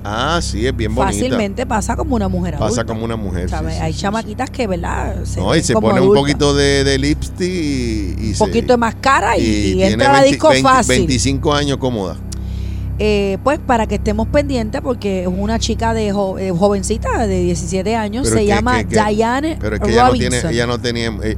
[SPEAKER 2] Ah, sí, es bien bonita.
[SPEAKER 3] Fácilmente pasa como una mujer
[SPEAKER 2] Pasa
[SPEAKER 3] adulta.
[SPEAKER 2] como una mujer. sí,
[SPEAKER 3] ¿Sabes?
[SPEAKER 2] sí,
[SPEAKER 3] hay
[SPEAKER 2] sí,
[SPEAKER 3] chamaquitas que, ¿verdad?
[SPEAKER 2] sí.
[SPEAKER 3] Se
[SPEAKER 2] No, y
[SPEAKER 3] ven
[SPEAKER 2] se
[SPEAKER 3] como
[SPEAKER 2] pone un
[SPEAKER 3] adultas.
[SPEAKER 2] poquito de, de lipstick y, y
[SPEAKER 3] Un
[SPEAKER 2] se-
[SPEAKER 3] poquito más cara y, y
[SPEAKER 2] tiene
[SPEAKER 3] entra a la
[SPEAKER 2] 20
[SPEAKER 3] disco
[SPEAKER 2] 20
[SPEAKER 3] fácil.
[SPEAKER 2] 25 años cómoda.
[SPEAKER 3] Eh, pues para que estemos pendientes, porque es una chica de jo- eh, jovencita de 17 años,
[SPEAKER 2] Pero
[SPEAKER 3] se
[SPEAKER 2] es que-
[SPEAKER 3] llama
[SPEAKER 2] que- que-
[SPEAKER 3] Diane
[SPEAKER 2] Pero es que ella no,
[SPEAKER 3] Robinson.
[SPEAKER 2] tiene, ella no tenía... eh,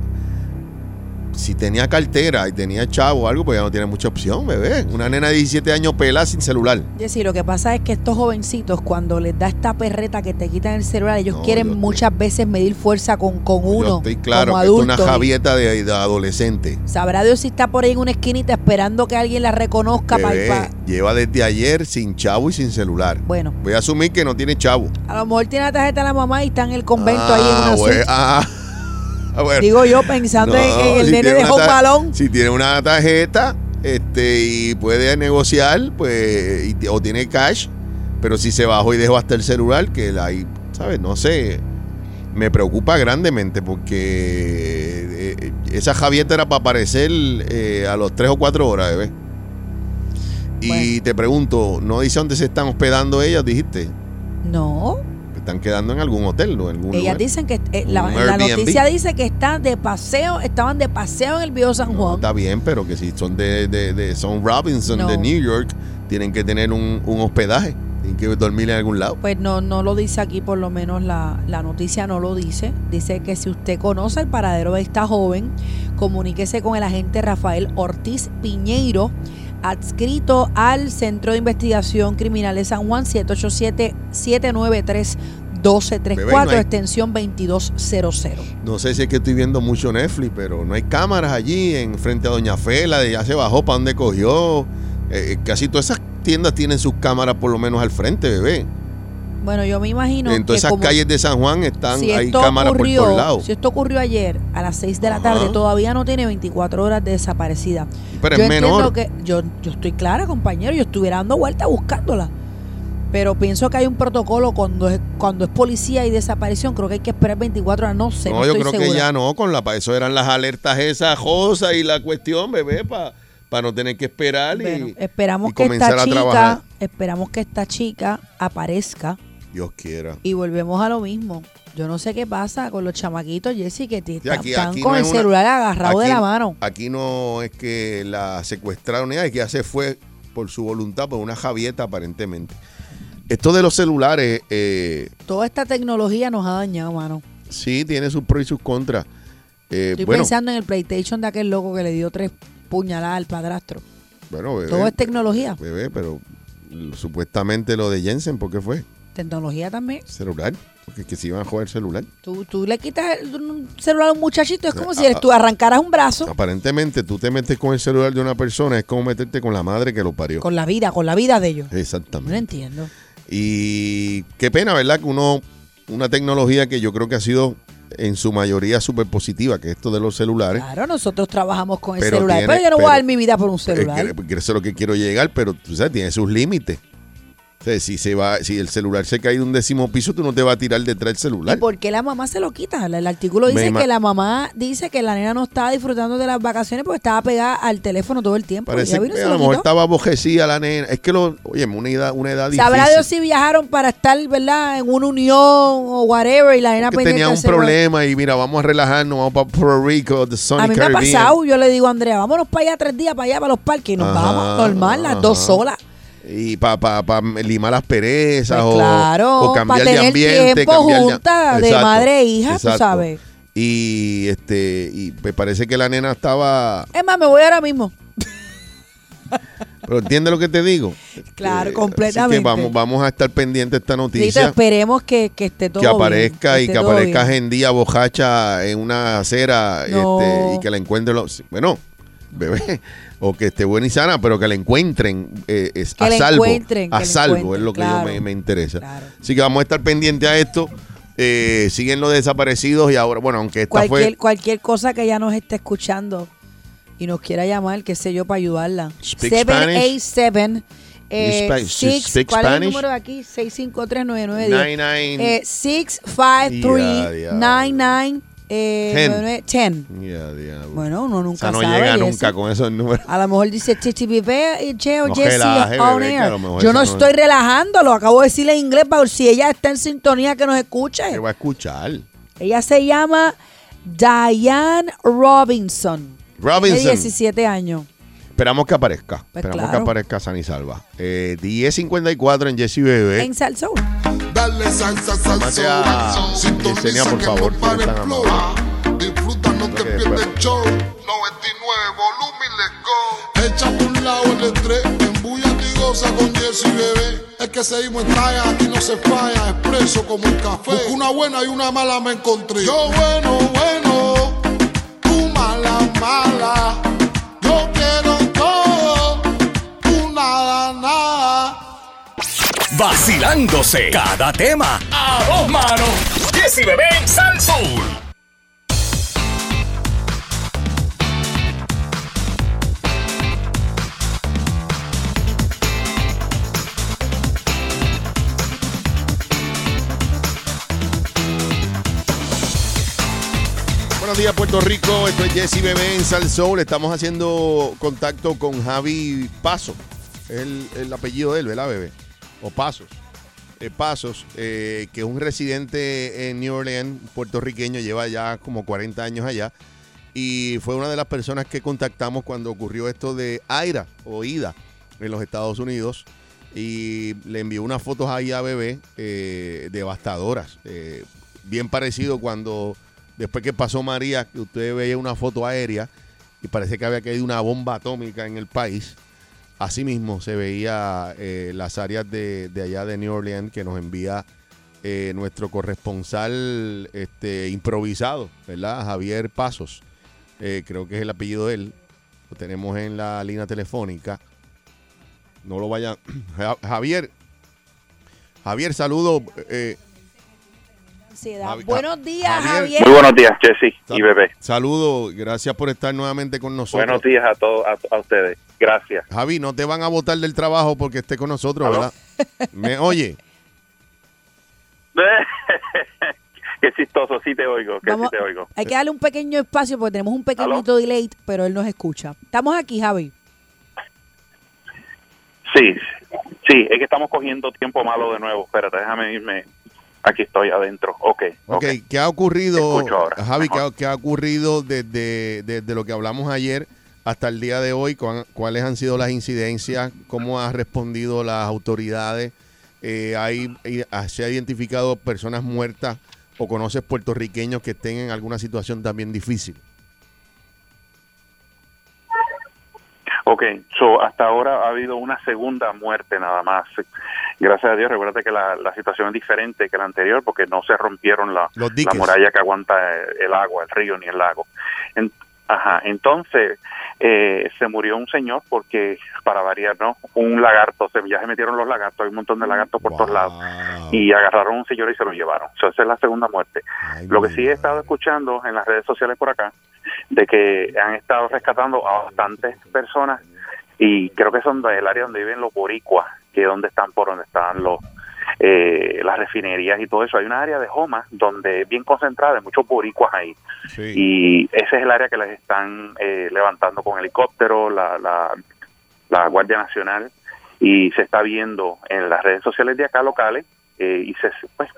[SPEAKER 2] si tenía cartera y tenía chavo o algo, pues ya no tiene mucha opción, bebé. Una nena de 17 años pelada sin celular.
[SPEAKER 3] Es decir, lo que pasa es que estos jovencitos, cuando les da esta perreta que te quitan el celular, ellos
[SPEAKER 2] No,
[SPEAKER 3] quieren
[SPEAKER 2] yo estoy-
[SPEAKER 3] muchas veces medir fuerza con, con uno.
[SPEAKER 2] Yo estoy claro
[SPEAKER 3] como
[SPEAKER 2] que esto es una
[SPEAKER 3] adultos.
[SPEAKER 2] javieta de, de adolescente.
[SPEAKER 3] Sabrá Dios si está por ahí en una esquinita esperando que alguien la reconozca para
[SPEAKER 2] Bebé, lleva desde ayer sin chavo y sin celular.
[SPEAKER 3] Bueno,
[SPEAKER 2] Voy a asumir que no tiene chavo.
[SPEAKER 3] a lo mejor tiene la tarjeta de la mamá y está en el convento ahí en
[SPEAKER 2] Ah,
[SPEAKER 3] una
[SPEAKER 2] bueno,
[SPEAKER 3] suite.
[SPEAKER 2] ah, bueno.
[SPEAKER 3] Digo yo, pensando en, en
[SPEAKER 2] No,
[SPEAKER 3] el
[SPEAKER 2] si
[SPEAKER 3] nene
[SPEAKER 2] tiene
[SPEAKER 3] de
[SPEAKER 2] una
[SPEAKER 3] Home
[SPEAKER 2] tar-
[SPEAKER 3] Balón.
[SPEAKER 2] Si tiene una tarjeta este, y puede negociar, pues, y t- o tiene cash, pero si se bajó y dejó hasta el celular, que la ahí, ¿sabes? No sé. Me preocupa grandemente porque eh, esa javieta era para aparecer eh, a los 3 o 4 horas, bebé. Y te pregunto, ¿no dice dónde se están hospedando ellas? Dijiste.
[SPEAKER 3] No.
[SPEAKER 2] Están quedando en algún hotel o en algún
[SPEAKER 3] Ellas
[SPEAKER 2] lugar.
[SPEAKER 3] dicen que eh, la,
[SPEAKER 2] Un
[SPEAKER 3] la
[SPEAKER 2] Airbnb.
[SPEAKER 3] noticia dice que están de paseo, estaban de paseo en el Viejo San Juan.
[SPEAKER 2] Está bien, pero que si son de, de- de- son Robinson
[SPEAKER 3] No.
[SPEAKER 2] de New York, tienen que tener un, un hospedaje. Tienen que dormir en algún lado.
[SPEAKER 3] Pues no, no lo dice aquí, por lo menos la, la noticia no lo dice. Dice que si usted conoce el paradero de esta joven, comuníquese con el agente Rafael Ortiz Piñeiro, adscrito al Centro de Investigación Criminal de San Juan, 787-793-1234,
[SPEAKER 2] Bebé, no hay-
[SPEAKER 3] extensión 2200.
[SPEAKER 2] No sé si es que estoy viendo mucho Netflix, pero no hay cámaras allí en frente a Doña Fela, de ya se bajó para donde cogió. Eh, casi todas esas tiendas tienen sus cámaras por lo menos al frente, bebé.
[SPEAKER 3] Bueno, yo me imagino
[SPEAKER 2] en todas
[SPEAKER 3] que
[SPEAKER 2] esas
[SPEAKER 3] como-
[SPEAKER 2] calles de San Juan están,
[SPEAKER 3] si
[SPEAKER 2] hay
[SPEAKER 3] esto
[SPEAKER 2] cámaras
[SPEAKER 3] ocurrió,
[SPEAKER 2] por todos lados.
[SPEAKER 3] Si esto ocurrió ayer a las 6 de la
[SPEAKER 2] Ajá.
[SPEAKER 3] tarde, todavía no tiene 24 horas de desaparecida.
[SPEAKER 2] pero
[SPEAKER 3] yo
[SPEAKER 2] es
[SPEAKER 3] entiendo
[SPEAKER 2] menor.
[SPEAKER 3] que yo, yo estoy clara, compañero, yo estuviera dando vueltas buscándola. Pero pienso que hay un protocolo cuando es, cuando es policía y desaparición, creo que hay que esperar 24 horas, no sé.
[SPEAKER 2] no,
[SPEAKER 3] no
[SPEAKER 2] yo
[SPEAKER 3] estoy
[SPEAKER 2] creo que
[SPEAKER 3] segura.
[SPEAKER 2] ya no, con la pa- eso eran las alertas esas cosas y la cuestión, bebé, para no tener que esperar y,
[SPEAKER 3] Bueno, esperamos
[SPEAKER 2] y
[SPEAKER 3] que
[SPEAKER 2] comenzar
[SPEAKER 3] esta
[SPEAKER 2] a
[SPEAKER 3] chica,
[SPEAKER 2] trabajar.
[SPEAKER 3] esperamos que esta chica aparezca
[SPEAKER 2] Dios quiera.
[SPEAKER 3] y volvemos a lo mismo. Yo no sé qué pasa con los chamaquitos, Jessy, que te-
[SPEAKER 2] Sí, aquí-
[SPEAKER 3] están
[SPEAKER 2] aquí
[SPEAKER 3] con
[SPEAKER 2] no
[SPEAKER 3] el
[SPEAKER 2] es una-
[SPEAKER 3] celular agarrado de
[SPEAKER 2] aquí-
[SPEAKER 3] la mano.
[SPEAKER 2] Aquí no es que la secuestraron, es que ya se fue por su voluntad, por una javieta aparentemente. Esto de los celulares, eh,
[SPEAKER 3] Toda esta tecnología nos ha dañado, mano.
[SPEAKER 2] sí, tiene sus pros y sus contras. Eh,
[SPEAKER 3] Estoy
[SPEAKER 2] bueno,
[SPEAKER 3] pensando en el PlayStation de aquel loco que le dio tres puñaladas al padrastro.
[SPEAKER 2] bueno, bebé,
[SPEAKER 3] Todo este es tecnología.
[SPEAKER 2] bebé, pero lo- supuestamente lo de Jensen, ¿por qué fue?
[SPEAKER 3] Tecnología también.
[SPEAKER 2] Celular, porque que se iban a joder celular.
[SPEAKER 3] Tú, tú le quitas el- un celular a un muchachito, es como
[SPEAKER 2] Ah,
[SPEAKER 3] si le- tú arrancaras un brazo
[SPEAKER 2] Aparentemente tú te metes con el celular de una persona, es como meterte con la madre que lo parió.
[SPEAKER 3] con la vida, con la vida de ellos. No
[SPEAKER 2] Exactamente.
[SPEAKER 3] entiendo.
[SPEAKER 2] Y qué pena, ¿verdad? Que uno, una tecnología que yo creo que ha sido en su mayoría súper positiva, que es esto de los celulares.
[SPEAKER 3] Claro, nosotros trabajamos con el
[SPEAKER 2] Pero
[SPEAKER 3] celular,
[SPEAKER 2] tiene-
[SPEAKER 3] pero yo no voy
[SPEAKER 2] pero-
[SPEAKER 3] a dar mi vida por un celular.
[SPEAKER 2] Eh, que- que Eso es lo que quiero llegar, pero tú sabes, tiene sus límites. O sea, si, se va, si el celular se cae de un décimo piso, tú no te vas a tirar detrás del
[SPEAKER 3] ¿Y
[SPEAKER 2] celular.
[SPEAKER 3] por qué la mamá se lo quita? El, el artículo
[SPEAKER 2] Me
[SPEAKER 3] dice
[SPEAKER 2] ima-
[SPEAKER 3] que la mamá dice que la nena no estaba disfrutando de las vacaciones porque estaba pegada al teléfono todo el tiempo.
[SPEAKER 2] Parece
[SPEAKER 3] ¿Ya vieron?
[SPEAKER 2] que
[SPEAKER 3] Se
[SPEAKER 2] a
[SPEAKER 3] lo
[SPEAKER 2] lo mejor
[SPEAKER 3] quitó.
[SPEAKER 2] estaba abojecida la nena. Es que, lo, oye, una edad, una edad
[SPEAKER 3] Sabrá
[SPEAKER 2] difícil.
[SPEAKER 3] Dios si viajaron para estar, ¿verdad? En una unión o whatever y la nena
[SPEAKER 2] que
[SPEAKER 3] pendiente
[SPEAKER 2] tenía
[SPEAKER 3] del
[SPEAKER 2] un
[SPEAKER 3] celular.
[SPEAKER 2] problema y mira, vamos a relajarnos, vamos para Puerto Rico, the Sunny
[SPEAKER 3] A mí me ha
[SPEAKER 2] Caribbean.
[SPEAKER 3] pasado, yo le digo a Andrea, vámonos para allá tres días, para allá, para los parques y nos
[SPEAKER 2] Ajá,
[SPEAKER 3] vamos, normal, las dos
[SPEAKER 2] ajá.
[SPEAKER 3] solas.
[SPEAKER 2] Y para pa, pa limar las perezas
[SPEAKER 3] Pues
[SPEAKER 2] o,
[SPEAKER 3] claro,
[SPEAKER 2] o cambiar
[SPEAKER 3] pa' tener
[SPEAKER 2] de ambiente.
[SPEAKER 3] tiempo
[SPEAKER 2] cambiar
[SPEAKER 3] juntas de madre e hija, tú sabes.
[SPEAKER 2] Y este, y me parece que la nena estaba.
[SPEAKER 3] Es más, me voy ahora mismo.
[SPEAKER 2] Pero entiende lo que te digo. Eh,
[SPEAKER 3] Claro,
[SPEAKER 2] así
[SPEAKER 3] completamente.
[SPEAKER 2] que vamos, vamos a estar pendientes de esta
[SPEAKER 3] Tito,
[SPEAKER 2] noticia.
[SPEAKER 3] esperemos que, que esté todo
[SPEAKER 2] que aparezca
[SPEAKER 3] bien, esté
[SPEAKER 2] y que
[SPEAKER 3] todo
[SPEAKER 2] aparezca
[SPEAKER 3] bien.
[SPEAKER 2] Gendía bojacha en una acera
[SPEAKER 3] No.
[SPEAKER 2] este, y que la encuentren. los- Bueno, bebé, o que esté buena y sana, pero que la encuentren eh, es-
[SPEAKER 3] Que
[SPEAKER 2] a
[SPEAKER 3] la
[SPEAKER 2] salvo.
[SPEAKER 3] encuentren,
[SPEAKER 2] a
[SPEAKER 3] que la
[SPEAKER 2] salvo es
[SPEAKER 3] encuentren,
[SPEAKER 2] lo que
[SPEAKER 3] claro.
[SPEAKER 2] yo me, me interesa.
[SPEAKER 3] Claro.
[SPEAKER 2] Así que vamos a estar pendientes a esto. Eh, siguen los desaparecidos y ahora, bueno, aunque esta
[SPEAKER 3] Cualquier,
[SPEAKER 2] fue.
[SPEAKER 3] cualquier cosa que ella nos esté escuchando y nos quiera llamar, qué sé yo, para ayudarla.
[SPEAKER 2] Speak
[SPEAKER 3] 787 eh,
[SPEAKER 2] Spanish?
[SPEAKER 3] six-
[SPEAKER 2] Speak
[SPEAKER 3] ¿Cuál es el
[SPEAKER 2] Spanish?
[SPEAKER 3] número de aquí? 6539910.
[SPEAKER 2] 99.
[SPEAKER 3] Eh, 653
[SPEAKER 2] Ya, ya.
[SPEAKER 3] 99 eh,
[SPEAKER 2] Ten.
[SPEAKER 3] 99 10.
[SPEAKER 2] Ya, diablo.
[SPEAKER 3] Bueno, uno
[SPEAKER 2] o
[SPEAKER 3] nunca
[SPEAKER 2] sea, no
[SPEAKER 3] sabe.
[SPEAKER 2] llega
[SPEAKER 3] Jessy.
[SPEAKER 2] nunca con esos números.
[SPEAKER 3] A lo mejor dice TTBB y eh, Cheo
[SPEAKER 2] No
[SPEAKER 3] Jesse
[SPEAKER 2] relaje,
[SPEAKER 3] on
[SPEAKER 2] bebé, que a
[SPEAKER 3] air.
[SPEAKER 2] lo mejor
[SPEAKER 3] Yo
[SPEAKER 2] esa
[SPEAKER 3] no
[SPEAKER 2] no es.
[SPEAKER 3] estoy relajándolo, acabo de decirle en inglés para si ella está en sintonía que nos escuche.
[SPEAKER 2] Que va a escuchar.
[SPEAKER 3] Ella se llama Diane Robinson.
[SPEAKER 2] Robinson.
[SPEAKER 3] Tiene 17 años.
[SPEAKER 2] Esperamos que aparezca.
[SPEAKER 3] Pues
[SPEAKER 2] Esperamos
[SPEAKER 3] claro.
[SPEAKER 2] que aparezca San y Salva. Eh, 10.54 en Jesse Bebé.
[SPEAKER 3] En Salsoul.
[SPEAKER 4] Dale salsa,
[SPEAKER 2] Tómate a
[SPEAKER 4] salsa,
[SPEAKER 2] Yesenia, por favor, si eres tan amable.
[SPEAKER 4] Disfruta, no te
[SPEAKER 2] Ok,
[SPEAKER 4] pierdas
[SPEAKER 2] después.
[SPEAKER 4] el show. 99 volumen, let's go. Echa por un lado el estrés, embúllate y goza con Jessy Bebé. Es que seguimos en talla, aquí no se falla, expreso como el café. Busco una buena y una mala me encontré. Yo bueno, bueno, tú mala, mala. Yo quiero todo, tú nada, nada.
[SPEAKER 1] Vacilándose cada tema a dos manos. Jessy Bebé en Salsoul.
[SPEAKER 2] Buenos días, Puerto Rico. Esto es Jesse Bebé en Sal Soul. Estamos haciendo contacto con Javi Paso. es el, el apellido de él, ¿verdad, bebé? O Pasos. Eh, Pasos, eh, que es un residente en New Orleans, puertorriqueño, lleva ya como 40 años allá. Y fue una de las personas que contactamos cuando ocurrió esto de Aira o Ida en los Estados Unidos. Y le envió unas fotos ahí a bebé eh, devastadoras. Eh, bien parecido cuando, después que pasó María, que usted veía una foto aérea y parece que había caído una bomba atómica en el país. Asimismo, se veía eh, las áreas de, de allá de New Orleans que nos envía eh, nuestro corresponsal este, improvisado, ¿verdad? Javier Pasos, eh, creo que es el apellido de él. Lo tenemos en la línea telefónica. No lo vayan. Ja- Javier, Javier, saludo. eh,
[SPEAKER 3] Ansiedad.
[SPEAKER 2] Javi-
[SPEAKER 3] buenos días,
[SPEAKER 2] Javier.
[SPEAKER 3] Javier.
[SPEAKER 5] Muy buenos días, Jessy y bebé.
[SPEAKER 2] saludo, gracias por estar nuevamente con nosotros.
[SPEAKER 5] Buenos días a todos, a, a ustedes. Gracias.
[SPEAKER 2] Javi, no te van a votar del trabajo porque esté con nosotros,
[SPEAKER 5] ¿Aló?
[SPEAKER 2] ¿verdad? Me oye.
[SPEAKER 5] Qué chistoso, sí te oigo, que
[SPEAKER 3] Vamos-
[SPEAKER 5] sí te oigo.
[SPEAKER 3] Hay que darle un pequeño espacio porque tenemos un pequeñito delay, pero él nos escucha. Estamos aquí, Javi.
[SPEAKER 5] Sí, sí, es que estamos cogiendo tiempo malo de nuevo. Espérate, déjame irme. Aquí estoy adentro. Ok,
[SPEAKER 2] Ok,
[SPEAKER 5] ok.
[SPEAKER 2] ¿qué ha ocurrido,
[SPEAKER 5] Te escucho ahora,
[SPEAKER 2] Javi? ¿qué ha,
[SPEAKER 5] mejor.
[SPEAKER 2] qué ha ocurrido desde, desde lo que hablamos ayer hasta el día de hoy? ¿Cuán- ¿Cuáles han sido las incidencias? ¿Cómo han respondido las autoridades? Eh, ¿hay, y- ah, ¿Se ha identificado personas muertas o conoces puertorriqueños que estén en alguna situación también difícil?
[SPEAKER 5] Ok, so, hasta ahora ha habido una segunda muerte nada más. Gracias a Dios, recuérdate que la, la situación es diferente que la anterior porque no se rompieron la,
[SPEAKER 2] Los
[SPEAKER 5] la
[SPEAKER 2] diques.
[SPEAKER 5] muralla que aguanta eh, el agua, el río ni el lago. En- ajá, entonces eh, se murió un señor porque, para variar, ¿no? Un lagarto, se, ya se metieron los lagartos, hay un montón de lagartos por todos lados.
[SPEAKER 2] Wow.
[SPEAKER 5] Y agarraron a un señor y se lo llevaron. So, esa es la segunda muerte.
[SPEAKER 2] Ay,
[SPEAKER 5] Lo que
[SPEAKER 2] mi
[SPEAKER 5] sí he estado
[SPEAKER 2] madre.
[SPEAKER 5] escuchando en las redes sociales por acá, de que han estado rescatando a bastantes personas y creo que son del área donde viven los boricuas, que es donde están por donde están los eh, las refinerías y todo eso. Hay una área de Joma donde es bien concentrada, hay muchos boricuas ahí.
[SPEAKER 2] Sí.
[SPEAKER 5] Y ese es el área que les están eh, levantando con helicóptero, la, la, la Guardia Nacional, y se está viendo en las redes sociales de acá locales eh, y se, pues,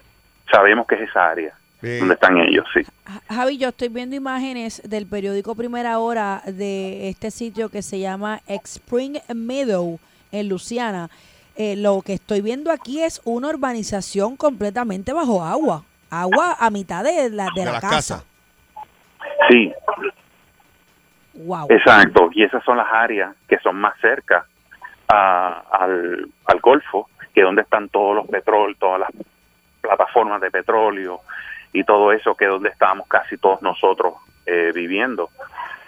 [SPEAKER 5] sabemos que es esa área
[SPEAKER 2] Eh,
[SPEAKER 5] donde están ellos, sí.
[SPEAKER 3] Ja- Javi, yo estoy viendo imágenes del periódico Primera Hora de este sitio que se llama Spring Meadow en Luciana. Eh, lo que estoy viendo aquí es una urbanización completamente bajo agua. Agua a mitad de la, de
[SPEAKER 2] de
[SPEAKER 3] la
[SPEAKER 2] las
[SPEAKER 3] casa.
[SPEAKER 2] casas.
[SPEAKER 5] Sí,
[SPEAKER 3] Wow.
[SPEAKER 5] exacto. Y esas son las áreas que son más cerca a- al, al Golfo, que donde están todos los petróleos, todas las plataformas de petróleo y todo eso, que es donde estábamos casi todos nosotros eh, viviendo.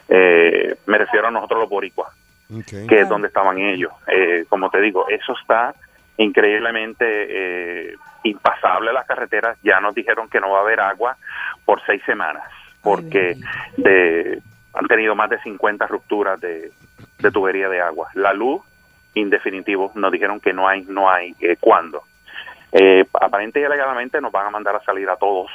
[SPEAKER 5] Eh, me refiero a nosotros los boricuas,
[SPEAKER 2] Ok.
[SPEAKER 5] que es donde estaban ellos. Eh, como te digo, eso está increíblemente eh, impasable las carreteras. Ya nos dijeron que no va a haber agua por seis semanas, porque
[SPEAKER 3] bendito.
[SPEAKER 5] de, han tenido más de 50 rupturas de, de tubería de agua. La luz, en definitivo, nos dijeron que no hay, no hay, eh, ¿cuándo? Eh, aparente y alegadamente nos van a mandar a salir a todos.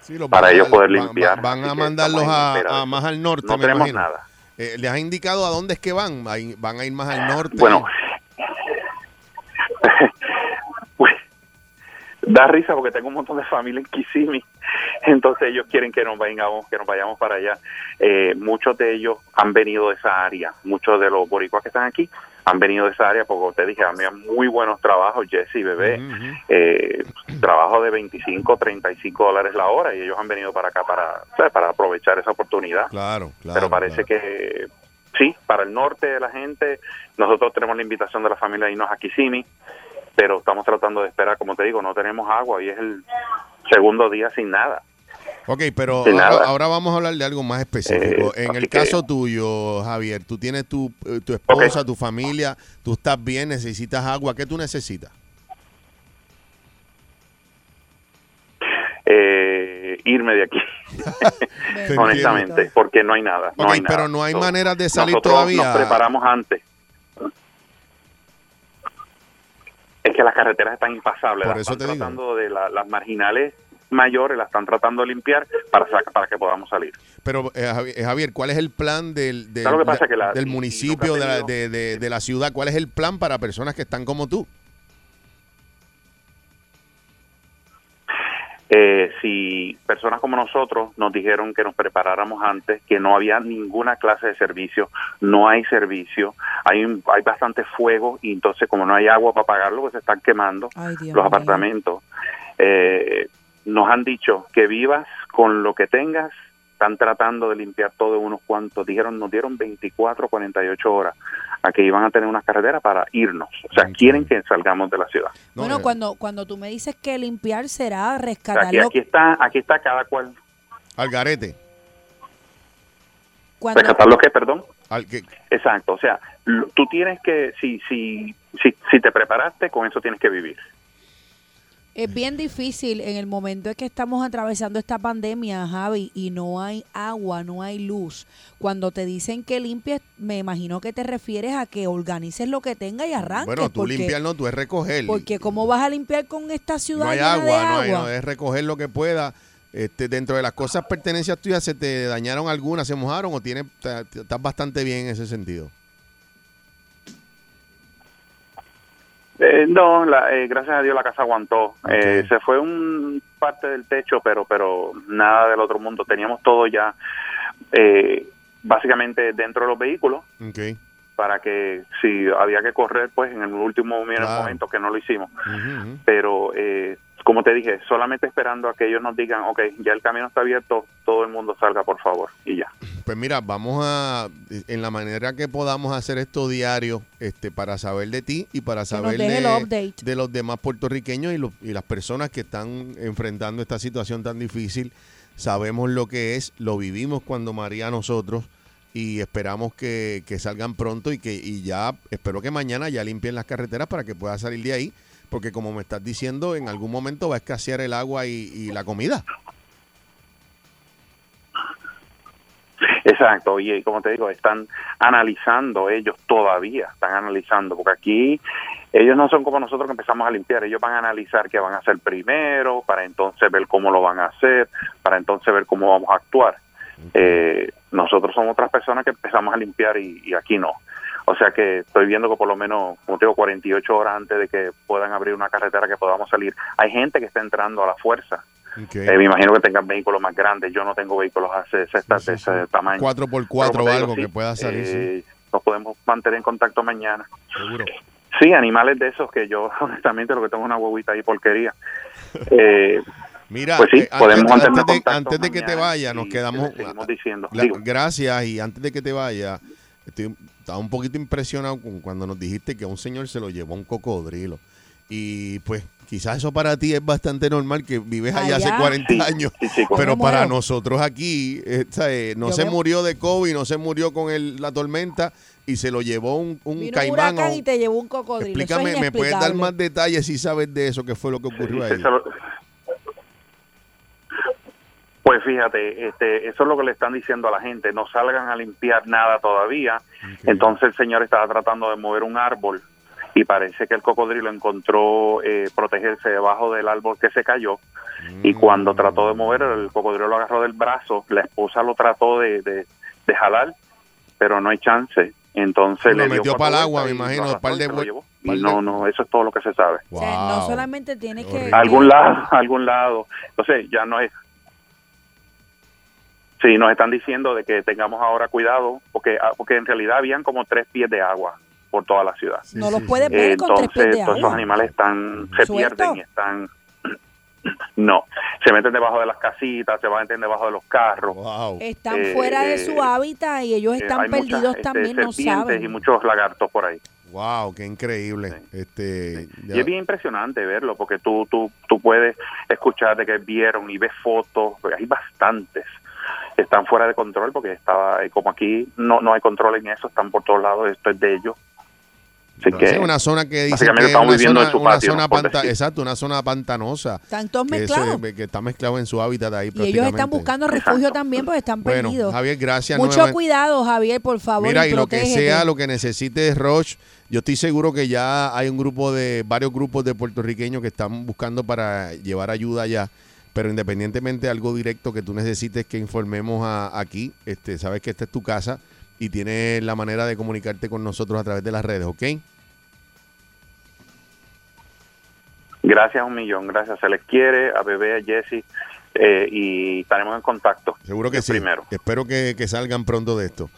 [SPEAKER 2] Sí, los
[SPEAKER 5] para
[SPEAKER 2] van a-
[SPEAKER 5] ellos poder
[SPEAKER 2] van- van-
[SPEAKER 5] limpiar.
[SPEAKER 2] Van,
[SPEAKER 5] Así
[SPEAKER 2] a
[SPEAKER 5] que
[SPEAKER 2] mandarlos
[SPEAKER 5] estamos en espera
[SPEAKER 2] a,
[SPEAKER 5] de
[SPEAKER 2] a
[SPEAKER 5] eso.
[SPEAKER 2] más al norte,
[SPEAKER 5] No
[SPEAKER 2] me
[SPEAKER 5] tenemos
[SPEAKER 2] imagino.
[SPEAKER 5] nada.
[SPEAKER 2] Eh, ¿Les ha indicado a dónde es que van? Ahí- ¿Van a ir más al norte?
[SPEAKER 5] Bueno, pues, da risa porque tengo un montón de familia en Kissimmee, entonces ellos quieren que nos vayamos, que nos vayamos para allá. Eh, muchos de ellos han venido de esa área, muchos de los boricuas que están aquí han venido de esa área porque te dije, había muy buenos trabajos, Jesse, bebé,
[SPEAKER 2] Ujú, ujú.
[SPEAKER 5] eh, trabajo de 25, 35 dólares la hora y ellos han venido para acá para, ¿sabes? para aprovechar esa oportunidad
[SPEAKER 2] Claro, claro.
[SPEAKER 5] pero parece que sí, para el norte de la gente, nosotros tenemos la invitación de la familia de irnos a Kissimmee, pero estamos tratando de esperar, como te digo, no tenemos agua y es el segundo día sin nada.
[SPEAKER 2] que... Ok, pero
[SPEAKER 5] de nada.
[SPEAKER 2] ahora, ahora vamos a hablar de algo más específico.
[SPEAKER 5] Eh,
[SPEAKER 2] en el
[SPEAKER 5] así que-
[SPEAKER 2] caso tuyo, Javier, tú tienes tu, eh, tu esposa, tu familia, tú estás bien, necesitas agua. ¿Qué tú necesitas?
[SPEAKER 5] Eh, irme de aquí,
[SPEAKER 2] Te
[SPEAKER 5] honestamente, porque no hay nada. no
[SPEAKER 2] Ok,
[SPEAKER 5] hay nada.
[SPEAKER 2] pero no hay
[SPEAKER 5] So,
[SPEAKER 2] maneras de salir
[SPEAKER 5] nosotros
[SPEAKER 2] todavía.
[SPEAKER 5] Nos preparamos antes. Es que las carreteras están impasables.
[SPEAKER 2] Por
[SPEAKER 5] las
[SPEAKER 2] eso
[SPEAKER 5] van
[SPEAKER 2] te digo.
[SPEAKER 5] tratando de la- las marginales mayores la están tratando de limpiar para, saca- para que podamos salir.
[SPEAKER 2] Pero eh, Javi- eh, Javier, ¿cuál es el plan del, del,
[SPEAKER 5] Claro, lo que pasa es que la-
[SPEAKER 2] del
[SPEAKER 5] y- y
[SPEAKER 2] municipio, de
[SPEAKER 5] nunca ha
[SPEAKER 2] la,
[SPEAKER 5] tenido-
[SPEAKER 2] de- de- de la ciudad? ¿Cuál es el plan para personas que están como tú?
[SPEAKER 5] Eh, si personas como nosotros nos dijeron que nos preparáramos antes, que no había ninguna clase de servicio, no hay servicio, hay, un- hay bastante fuego y entonces como no hay agua para apagarlo, pues se están quemando
[SPEAKER 3] Ay, Dios mío.
[SPEAKER 5] los apartamentos. Eh, nos han dicho que vivas con lo que tengas. Están tratando de limpiar todo en unos cuantos. Dijeron, nos dieron 24, 48 horas a que iban a tener unas carreteras para irnos. O sea,
[SPEAKER 2] Ok.
[SPEAKER 5] quieren que salgamos de la ciudad.
[SPEAKER 2] No,
[SPEAKER 3] bueno,
[SPEAKER 2] eh,
[SPEAKER 3] cuando, cuando tú me dices que limpiar será
[SPEAKER 5] O sea,
[SPEAKER 3] rescatar
[SPEAKER 5] aquí,
[SPEAKER 3] lo-
[SPEAKER 5] aquí está, aquí está cada cual.
[SPEAKER 2] Al garete.
[SPEAKER 3] cuando-
[SPEAKER 5] ¿Rescatar lo que, Pues, perdón?
[SPEAKER 2] Al que,
[SPEAKER 5] Exacto, o sea, lo- tú tienes que, si, si, si, si te preparaste, con eso tienes que vivir.
[SPEAKER 3] Es bien difícil en el momento en que estamos atravesando esta pandemia, Javi, y no hay agua, no hay luz. Cuando te dicen que limpies, me imagino que te refieres a que organices lo que tenga y arranques.
[SPEAKER 2] bueno, tú
[SPEAKER 3] porque,
[SPEAKER 2] limpiar no, tú es recoger.
[SPEAKER 3] Porque cómo vas a limpiar con esta ciudad
[SPEAKER 2] no hay
[SPEAKER 3] llena
[SPEAKER 2] agua,
[SPEAKER 3] de
[SPEAKER 2] no hay,
[SPEAKER 3] agua?
[SPEAKER 2] no, es recoger lo que pueda. Este, dentro de las cosas pertenencias tuyas, ¿se te dañaron algunas, se mojaron o tienes, ta- ta- estás bastante bien en ese sentido?
[SPEAKER 5] Eh, no, la- eh, gracias a Dios la casa aguantó. Eh,
[SPEAKER 2] Ok.
[SPEAKER 5] se fue un parte del techo, pero, pero nada del otro mundo. Teníamos todo ya, eh, básicamente dentro de los vehículos,
[SPEAKER 2] Ok.
[SPEAKER 5] para que si había que correr, pues en el último
[SPEAKER 2] Claro. Mm.
[SPEAKER 5] momento que no lo hicimos.
[SPEAKER 2] Ujú, ujú.
[SPEAKER 5] pero eh, como te dije, solamente esperando a que ellos nos digan, ok, ya el camino está abierto, todo el mundo salga, por favor, y ya.
[SPEAKER 2] Pues mira, vamos a, en la manera que podamos hacer esto diario, este, para saber de ti y para
[SPEAKER 3] nos
[SPEAKER 2] saber
[SPEAKER 3] deje
[SPEAKER 2] de,
[SPEAKER 3] el update.
[SPEAKER 2] de los demás puertorriqueños y, los- y las personas que están enfrentando esta situación tan difícil. Sabemos lo que es, lo vivimos cuando María nosotros y esperamos que, que salgan pronto y que y ya, espero que mañana ya limpien las carreteras para que pueda salir de ahí, porque como me estás diciendo, en algún momento va a escasear el agua y, y la comida.
[SPEAKER 5] Exacto, y eh, como te digo, están analizando ellos todavía, están analizando, porque aquí ellos no son como nosotros que empezamos a limpiar, ellos van a analizar qué van a hacer primero, para entonces ver cómo lo van a hacer, para entonces ver cómo vamos a actuar. Eh, nosotros somos otras personas que empezamos a limpiar y, y aquí no. O sea que estoy viendo que por lo menos, como te digo, 48 horas antes de que puedan abrir una carretera que podamos salir, hay gente que está entrando a la fuerza.
[SPEAKER 2] Ok.
[SPEAKER 5] Eh, me imagino que tengan vehículos más grandes. Yo no tengo vehículos de ese, esta-
[SPEAKER 2] Sí, sí,
[SPEAKER 5] de
[SPEAKER 2] sí.
[SPEAKER 5] ese tamaño.
[SPEAKER 2] Cuatro por
[SPEAKER 5] Pero
[SPEAKER 2] cuatro
[SPEAKER 5] como
[SPEAKER 2] o
[SPEAKER 5] te digo,
[SPEAKER 2] algo
[SPEAKER 5] sí,
[SPEAKER 2] que pueda salir, sí,
[SPEAKER 5] eh, Nos podemos mantener en contacto mañana.
[SPEAKER 2] seguro.
[SPEAKER 5] Sí, animales de esos que yo, honestamente, lo que tengo es una huevita ahí porquería. Eh,
[SPEAKER 2] Mira,
[SPEAKER 5] Pues sí,
[SPEAKER 2] eh,
[SPEAKER 5] podemos
[SPEAKER 2] antes,
[SPEAKER 5] mantener
[SPEAKER 2] antes de,
[SPEAKER 5] contacto
[SPEAKER 2] antes de que te
[SPEAKER 5] mañana
[SPEAKER 2] vaya, nos
[SPEAKER 5] y
[SPEAKER 2] quedamos. ah,
[SPEAKER 5] le seguimos diciendo.
[SPEAKER 2] la-
[SPEAKER 5] Digo.
[SPEAKER 2] gracias, y antes de que te vaya, estoy, estaba un poquito impresionado con cuando nos dijiste que a un señor se lo llevó un cocodrilo. Y pues, quizás eso para ti es bastante normal que vives allá, hace
[SPEAKER 3] Allá.
[SPEAKER 2] 40
[SPEAKER 5] sí,
[SPEAKER 2] años.
[SPEAKER 5] sí, sí, con-
[SPEAKER 2] Pero
[SPEAKER 3] me muero.
[SPEAKER 2] para nosotros aquí, eh, ¿sabes? no
[SPEAKER 3] Yo
[SPEAKER 2] se
[SPEAKER 3] me-
[SPEAKER 2] murió de COVID, no se murió con el- la tormenta y se lo llevó un, un
[SPEAKER 3] Vino un
[SPEAKER 2] caimán. o
[SPEAKER 3] huracán
[SPEAKER 2] un-
[SPEAKER 3] y te llevó un cocodrilo. Eso es
[SPEAKER 2] Explícame, ¿me puedes dar
[SPEAKER 3] inexplicable.
[SPEAKER 2] más detalles si sabes de eso, qué fue lo que ocurrió ahí?
[SPEAKER 5] Eso lo- Pues fíjate, este, eso es lo que le están diciendo a la gente, no salgan a limpiar nada todavía.
[SPEAKER 2] Ok.
[SPEAKER 5] Entonces el señor estaba tratando de mover un árbol y parece que el cocodrilo encontró eh, protegerse debajo del árbol que se cayó y
[SPEAKER 2] Mm.
[SPEAKER 5] cuando trató de mover el cocodrilo lo agarró del brazo, la esposa lo trató de, de- de jalar, pero no hay chance. Entonces
[SPEAKER 2] Lo
[SPEAKER 5] le dio
[SPEAKER 2] metió
[SPEAKER 5] cuatro
[SPEAKER 2] pa'l agua,
[SPEAKER 5] vueltas
[SPEAKER 2] me
[SPEAKER 5] y
[SPEAKER 2] imagino,
[SPEAKER 5] lo arrastró
[SPEAKER 2] par
[SPEAKER 5] y
[SPEAKER 2] de
[SPEAKER 5] se lo
[SPEAKER 2] vuel-
[SPEAKER 5] llevó.
[SPEAKER 2] par de-
[SPEAKER 5] Y no, no, eso es todo lo que se sabe.
[SPEAKER 3] O sea,
[SPEAKER 2] Mm. Wow.
[SPEAKER 3] no solamente tienes que...
[SPEAKER 2] Horrible.
[SPEAKER 5] A algún lado, a algún lado. Entonces ya no es. Sí, nos están diciendo de que tengamos ahora cuidado, porque ah, porque en realidad habían como tres pies de agua por toda la ciudad.
[SPEAKER 2] Sí,
[SPEAKER 3] No los
[SPEAKER 2] sí,
[SPEAKER 3] puedes
[SPEAKER 2] sí.
[SPEAKER 3] ver
[SPEAKER 5] Eh,
[SPEAKER 3] con tres pies de
[SPEAKER 5] entonces todos esos
[SPEAKER 3] agua.
[SPEAKER 5] animales están se
[SPEAKER 3] ¿Suelto?
[SPEAKER 5] pierden y están no se meten debajo de las casitas, se meten debajo de los carros.
[SPEAKER 2] Wow.
[SPEAKER 3] Están
[SPEAKER 5] eh,
[SPEAKER 3] fuera de su
[SPEAKER 5] eh,
[SPEAKER 3] hábitat y ellos
[SPEAKER 5] Eh,
[SPEAKER 3] están
[SPEAKER 5] hay muchas,
[SPEAKER 3] perdidos
[SPEAKER 5] este,
[SPEAKER 3] también, no
[SPEAKER 5] serpientes
[SPEAKER 3] saben.
[SPEAKER 5] y muchos lagartos por ahí.
[SPEAKER 2] Wow, qué increíble. Este, ya-
[SPEAKER 5] Y es bien impresionante verlo, porque tú, tú, tú puedes escuchar de que vieron y ves fotos, porque hay bastantes. Están fuera de control porque estaba, eh, como aquí no, no hay control en eso, están por todos lados, esto es de ellos. Así
[SPEAKER 2] no,
[SPEAKER 5] que,
[SPEAKER 2] sí, una zona que dice que
[SPEAKER 5] básicamente
[SPEAKER 2] es
[SPEAKER 5] estamos
[SPEAKER 2] una
[SPEAKER 5] viviendo
[SPEAKER 2] zona,
[SPEAKER 5] en su
[SPEAKER 2] una
[SPEAKER 5] patio,
[SPEAKER 2] zona
[SPEAKER 5] ¿no? Por
[SPEAKER 2] panta-
[SPEAKER 5] decir.
[SPEAKER 2] exacto, una zona pantanosa
[SPEAKER 3] Están todos
[SPEAKER 2] que, se-
[SPEAKER 3] mezclados.
[SPEAKER 2] que está mezclado en su hábitat
[SPEAKER 3] Y
[SPEAKER 2] ahí
[SPEAKER 3] ellos están
[SPEAKER 2] prácticamente.
[SPEAKER 3] buscando refugio
[SPEAKER 5] Exacto.
[SPEAKER 3] también porque están
[SPEAKER 2] Bueno,
[SPEAKER 3] perdidos.
[SPEAKER 2] Javier, gracias
[SPEAKER 3] Mucho
[SPEAKER 2] nuevamente.
[SPEAKER 3] cuidado, Javier, por favor.
[SPEAKER 2] Mira, y lo que
[SPEAKER 3] protégete.
[SPEAKER 2] sea, lo que necesite Roche, yo estoy seguro que ya hay un grupo de, varios grupos de puertorriqueños que están buscando para llevar ayuda allá. Pero independientemente de algo directo que tú necesites que informemos a- aquí, este, sabes que esta es tu casa y tienes la manera de comunicarte con nosotros a través de las redes, ¿ok?
[SPEAKER 5] Gracias un millón, gracias. Se les quiere a Bebé, a Jesse eh, y estaremos en contacto.
[SPEAKER 2] Seguro que
[SPEAKER 5] Es
[SPEAKER 2] sí.
[SPEAKER 5] Primero.
[SPEAKER 2] Espero que, que salgan pronto de esto.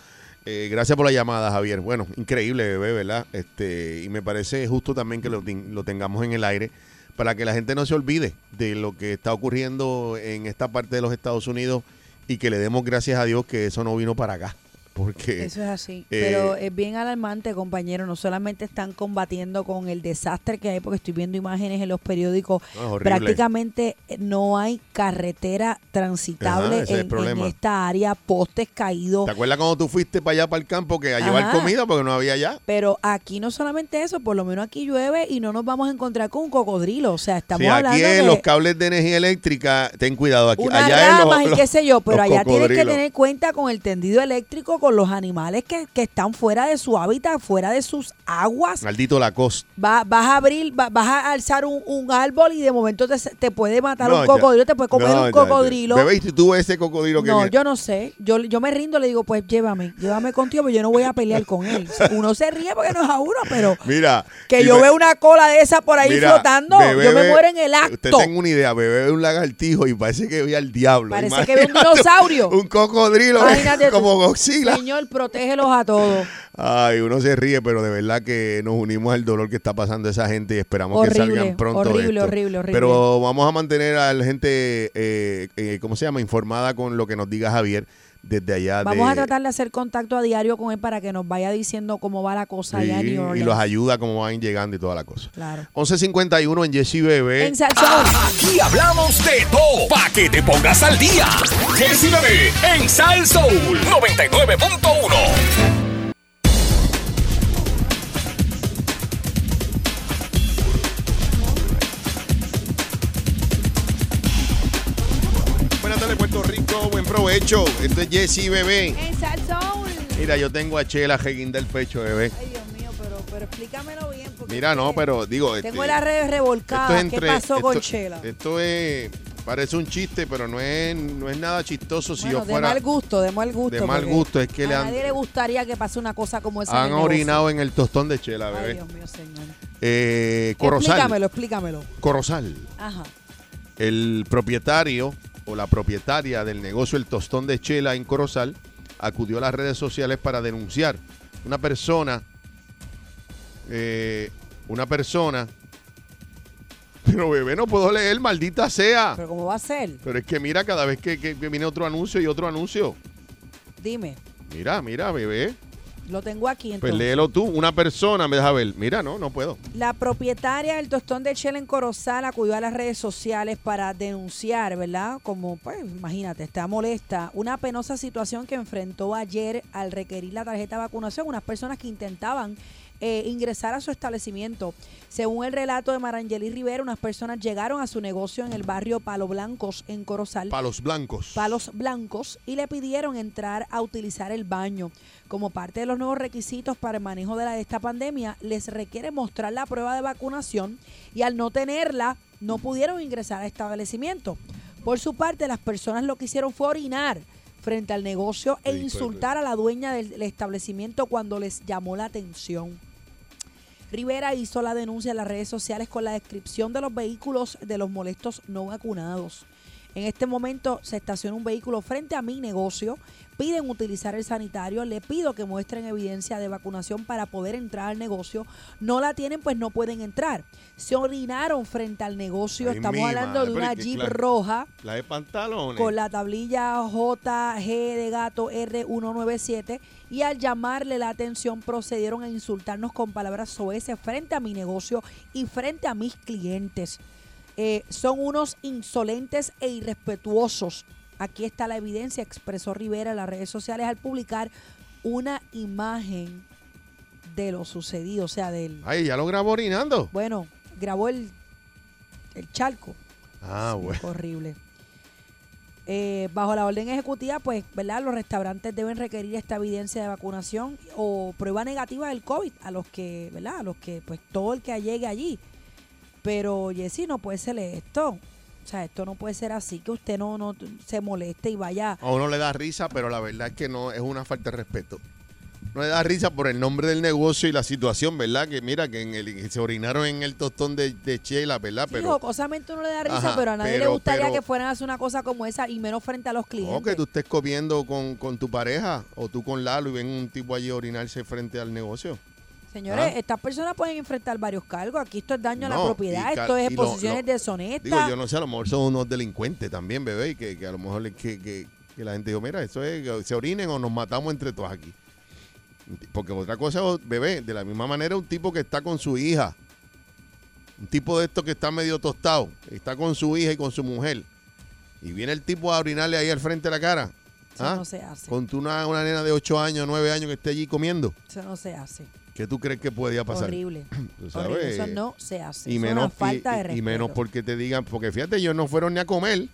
[SPEAKER 2] Eh, gracias por la llamada, Javier. Bueno, increíble, bebé, ¿verdad? Este, y me parece justo también que lo, tin- lo tengamos en el aire para que la gente no se olvide de lo que está ocurriendo en esta parte de los Estados Unidos y que le demos gracias a Dios que eso no vino para acá. Porque
[SPEAKER 3] Eso es así.
[SPEAKER 2] eh,
[SPEAKER 3] Pero es bien alarmante, compañero. No solamente están combatiendo con el desastre que hay, porque estoy viendo imágenes en los periódicos.
[SPEAKER 2] No, es horrible.
[SPEAKER 3] Prácticamente no hay carretera transitable
[SPEAKER 2] Ajá, ese es el
[SPEAKER 3] en- en,
[SPEAKER 2] problema.
[SPEAKER 3] esta área, postes caídos.
[SPEAKER 2] ¿Te acuerdas cuando tú fuiste para allá, para el campo, que a llevar
[SPEAKER 3] Ajá.
[SPEAKER 2] comida porque no había allá?
[SPEAKER 3] Pero aquí no solamente eso, por lo menos aquí llueve y no nos vamos a encontrar con un cocodrilo. O sea, estamos
[SPEAKER 2] Sí, aquí
[SPEAKER 3] hablando
[SPEAKER 2] es
[SPEAKER 3] de
[SPEAKER 2] los cables de energía eléctrica, ten cuidado. Aquí,
[SPEAKER 3] unas
[SPEAKER 2] allá es los-
[SPEAKER 3] ramas y
[SPEAKER 2] los-
[SPEAKER 3] qué sé yo, pero
[SPEAKER 2] los
[SPEAKER 3] allá tienes que
[SPEAKER 2] cocodrilos.
[SPEAKER 3] tener cuenta con el tendido eléctrico, con los animales que, que están fuera de su hábitat, fuera de sus aguas.
[SPEAKER 2] Maldito la costa.
[SPEAKER 3] Va- vas a abrir, va- vas a alzar un, un árbol y de momento te, te puede matar
[SPEAKER 2] No,
[SPEAKER 3] un
[SPEAKER 2] ya.
[SPEAKER 3] cocodrilo, te puede comer
[SPEAKER 2] No,
[SPEAKER 3] un
[SPEAKER 2] ya, ya.
[SPEAKER 3] cocodrilo.
[SPEAKER 2] Bebé, ¿y tú ves ese cocodrilo que
[SPEAKER 3] No,
[SPEAKER 2] viene?
[SPEAKER 3] yo no sé. Yo, yo me rindo, le digo, pues llévame, llévame contigo, pero yo no voy a pelear con él. Uno se ríe porque no es a uno, pero
[SPEAKER 2] Mira.
[SPEAKER 3] que
[SPEAKER 2] y
[SPEAKER 3] yo
[SPEAKER 2] ve-
[SPEAKER 3] veo una cola de esa por ahí
[SPEAKER 2] mira,
[SPEAKER 3] flotando,
[SPEAKER 2] bebé
[SPEAKER 3] yo me
[SPEAKER 2] ve-
[SPEAKER 3] muero en el
[SPEAKER 2] Usted
[SPEAKER 3] acto.
[SPEAKER 2] tenga una idea, bebé ve un lagartijo y parece que ve al diablo.
[SPEAKER 3] Parece que ve un
[SPEAKER 2] Imagínate,
[SPEAKER 3] dinosaurio.
[SPEAKER 2] Un cocodrilo
[SPEAKER 3] Imagínate tú.
[SPEAKER 2] como Godzilla.
[SPEAKER 3] Señor, protégelos a todos.
[SPEAKER 2] Ay, uno se ríe, pero de verdad que nos unimos al dolor que está pasando esa gente y esperamos
[SPEAKER 3] Horrible,
[SPEAKER 2] que salgan pronto. de
[SPEAKER 3] horrible,
[SPEAKER 2] esto.
[SPEAKER 3] horrible, horrible.
[SPEAKER 2] Pero vamos a mantener a la gente, eh, eh, ¿cómo se llama? Informada con lo que nos diga Javier desde allá.
[SPEAKER 3] Vamos
[SPEAKER 2] de-
[SPEAKER 3] a tratar de hacer contacto a diario con él para que nos vaya diciendo cómo va la cosa
[SPEAKER 2] Sí,
[SPEAKER 3] allá en New
[SPEAKER 2] y
[SPEAKER 3] Orleans.
[SPEAKER 2] los ayuda como van llegando y toda la cosa.
[SPEAKER 3] Claro.
[SPEAKER 2] 11.51 en Jesse Bebé.
[SPEAKER 3] En Salsón.
[SPEAKER 2] ah.
[SPEAKER 1] Aquí hablamos de todo para que te pongas al día. Jessy Bebé en Sal Soul 99.1.
[SPEAKER 2] Buenas tardes, Puerto Rico. Buen provecho. Esto es Jesse Bebé.
[SPEAKER 3] En Salsón.
[SPEAKER 2] Mira, yo tengo a Chela Jeguín del pecho, bebé.
[SPEAKER 3] Ay, Dios mío, pero, pero explícamelo bien. Porque
[SPEAKER 2] Mira,
[SPEAKER 3] es
[SPEAKER 2] no,
[SPEAKER 3] que
[SPEAKER 2] pero digo. este,
[SPEAKER 3] Tengo las redes
[SPEAKER 2] esto
[SPEAKER 3] revolcadas.
[SPEAKER 2] es entre-
[SPEAKER 3] ¿Qué pasó con
[SPEAKER 2] esto-
[SPEAKER 3] Chela?
[SPEAKER 2] Esto es. Parece un chiste, pero no es, no es nada chistoso si
[SPEAKER 3] bueno,
[SPEAKER 2] yo fuera.
[SPEAKER 3] de mal gusto, de mal gusto.
[SPEAKER 2] de mal
[SPEAKER 3] porque
[SPEAKER 2] gusto, es que
[SPEAKER 3] a
[SPEAKER 2] le han-
[SPEAKER 3] nadie le gustaría que pase una cosa como esa. en
[SPEAKER 2] han
[SPEAKER 3] el negocio.
[SPEAKER 2] orinado en el tostón de Chela,
[SPEAKER 3] Ay,
[SPEAKER 2] bebé.
[SPEAKER 3] Dios mío, señor.
[SPEAKER 2] Eh,
[SPEAKER 3] Explícamelo,
[SPEAKER 2] Corozal.
[SPEAKER 3] explícamelo.
[SPEAKER 2] Corozal.
[SPEAKER 3] Ajá.
[SPEAKER 2] El propietario o la propietaria del negocio El Tostón de Chela en Corozal acudió a las redes sociales para denunciar una persona, eh, una persona, pero bebé, no puedo leer, maldita sea.
[SPEAKER 3] Pero ¿cómo va a ser?
[SPEAKER 2] Pero es que mira, cada vez que, que- que viene otro anuncio y otro anuncio,
[SPEAKER 3] Dime.
[SPEAKER 2] mira, mira, bebé,
[SPEAKER 3] Lo tengo aquí
[SPEAKER 2] pues
[SPEAKER 3] entonces.
[SPEAKER 2] léelo tú, una persona, me deja ver, mira, no, no puedo.
[SPEAKER 3] La propietaria del tostón de Chela en Corozal acudió a las redes sociales para denunciar, ¿verdad? Como, pues, imagínate, está molesta. Una penosa situación que enfrentó ayer al requerir la tarjeta de vacunación unas personas que intentaban eh, ingresar a su establecimiento. Según el relato de Marangeli Rivera, unas personas llegaron a su negocio en el barrio Palo Blancos en Corozal
[SPEAKER 2] Palos blancos.
[SPEAKER 3] palos blancos y le pidieron entrar a utilizar el baño. Como parte de los nuevos requisitos para el manejo de, la, de esta pandemia, les requiere mostrar la prueba de vacunación y al no tenerla, no pudieron ingresar al establecimiento. Por su parte, las personas lo que hicieron fue orinar frente al negocio e
[SPEAKER 2] Ridículo.
[SPEAKER 3] insultar a la dueña del- del establecimiento cuando les llamó la atención. Rivera hizo la denuncia en las redes sociales con la descripción de los vehículos de los molestos no vacunados. En este momento se estaciona un vehículo frente a mi negocio, piden utilizar el sanitario, le pido que muestren evidencia de vacunación para poder entrar al negocio. No la tienen, pues no pueden entrar. Se orinaron frente al negocio,
[SPEAKER 2] Ay,
[SPEAKER 3] estamos
[SPEAKER 2] mi
[SPEAKER 3] hablando
[SPEAKER 2] madre,
[SPEAKER 3] de
[SPEAKER 2] eh, pero
[SPEAKER 3] una
[SPEAKER 2] es que
[SPEAKER 3] Jeep
[SPEAKER 2] claro.
[SPEAKER 3] roja
[SPEAKER 2] La de pantalones.
[SPEAKER 3] con la tablilla JG de gato R197 y al llamarle la atención procedieron a insultarnos con palabras soeces frente a mi negocio y frente a mis clientes. Eh, son unos insolentes e irrespetuosos. Aquí está la evidencia, expresó Rivera en las redes sociales al publicar una imagen de lo sucedido, o sea, del...
[SPEAKER 2] Ay, ya lo grabó orinando.
[SPEAKER 3] Bueno, grabó el, el charco.
[SPEAKER 2] Ah, bueno.
[SPEAKER 3] Horrible. Eh, bajo la orden ejecutiva, pues, ¿verdad? Los restaurantes deben requerir esta evidencia de vacunación o prueba negativa del COVID a los que, ¿verdad? A los que, pues, todo el que llegue allí. Pero, Jessy, no puede ser esto. O sea, esto no puede ser así, que usted no, no se moleste y vaya.
[SPEAKER 2] A uno le da risa, pero la verdad es que no es una falta de respeto. No le da risa por el nombre del negocio y la situación, ¿verdad? Que mira, que en el, que se orinaron en el tostón de, de Chela, ¿verdad?
[SPEAKER 3] Pero, jocosamente uno le da risa,
[SPEAKER 2] Ajá,
[SPEAKER 3] pero a nadie
[SPEAKER 2] pero-
[SPEAKER 3] le gustaría
[SPEAKER 2] pero-
[SPEAKER 3] que fueran a hacer una cosa como esa y menos frente a los clientes.
[SPEAKER 2] no, oh, que tú estés comiendo con, con tu pareja o tú con Lalo y ven un tipo allí a orinarse frente al negocio.
[SPEAKER 3] Señores,
[SPEAKER 2] Ah.
[SPEAKER 3] estas personas pueden enfrentar varios cargos. Aquí esto es daño a la
[SPEAKER 2] No,
[SPEAKER 3] propiedad,
[SPEAKER 2] y ca-
[SPEAKER 3] esto es
[SPEAKER 2] y lo-
[SPEAKER 3] exposiciones
[SPEAKER 2] lo-
[SPEAKER 3] deshonestas.
[SPEAKER 2] Digo, yo no sé, a lo mejor son unos delincuentes también, bebé, y que, que a lo mejor le- que, que- que la gente dijo, mira, eso es, que se orinen o nos matamos entre todos aquí. Porque otra cosa, oh, bebé, de la misma manera un tipo que está con su hija, un tipo de estos que está medio tostado, está con su hija y con su mujer, y viene el tipo a orinarle ahí al frente de la cara.
[SPEAKER 3] Eso
[SPEAKER 2] ¿ah?
[SPEAKER 3] no se hace.
[SPEAKER 2] Con tu una, una nena de 8 años, 9 años que esté allí comiendo.
[SPEAKER 3] Eso no se hace.
[SPEAKER 2] ¿Qué tú crees que podía pasar?
[SPEAKER 3] Horrible.
[SPEAKER 2] Tú sabes,
[SPEAKER 3] Horrible. Eso no se hace.
[SPEAKER 2] y
[SPEAKER 3] Eso es
[SPEAKER 2] menos,
[SPEAKER 3] una falta
[SPEAKER 2] y-
[SPEAKER 3] de
[SPEAKER 2] y-
[SPEAKER 3] respeto.
[SPEAKER 2] y menos porque te digan, porque fíjate, ellos no fueron ni a comer,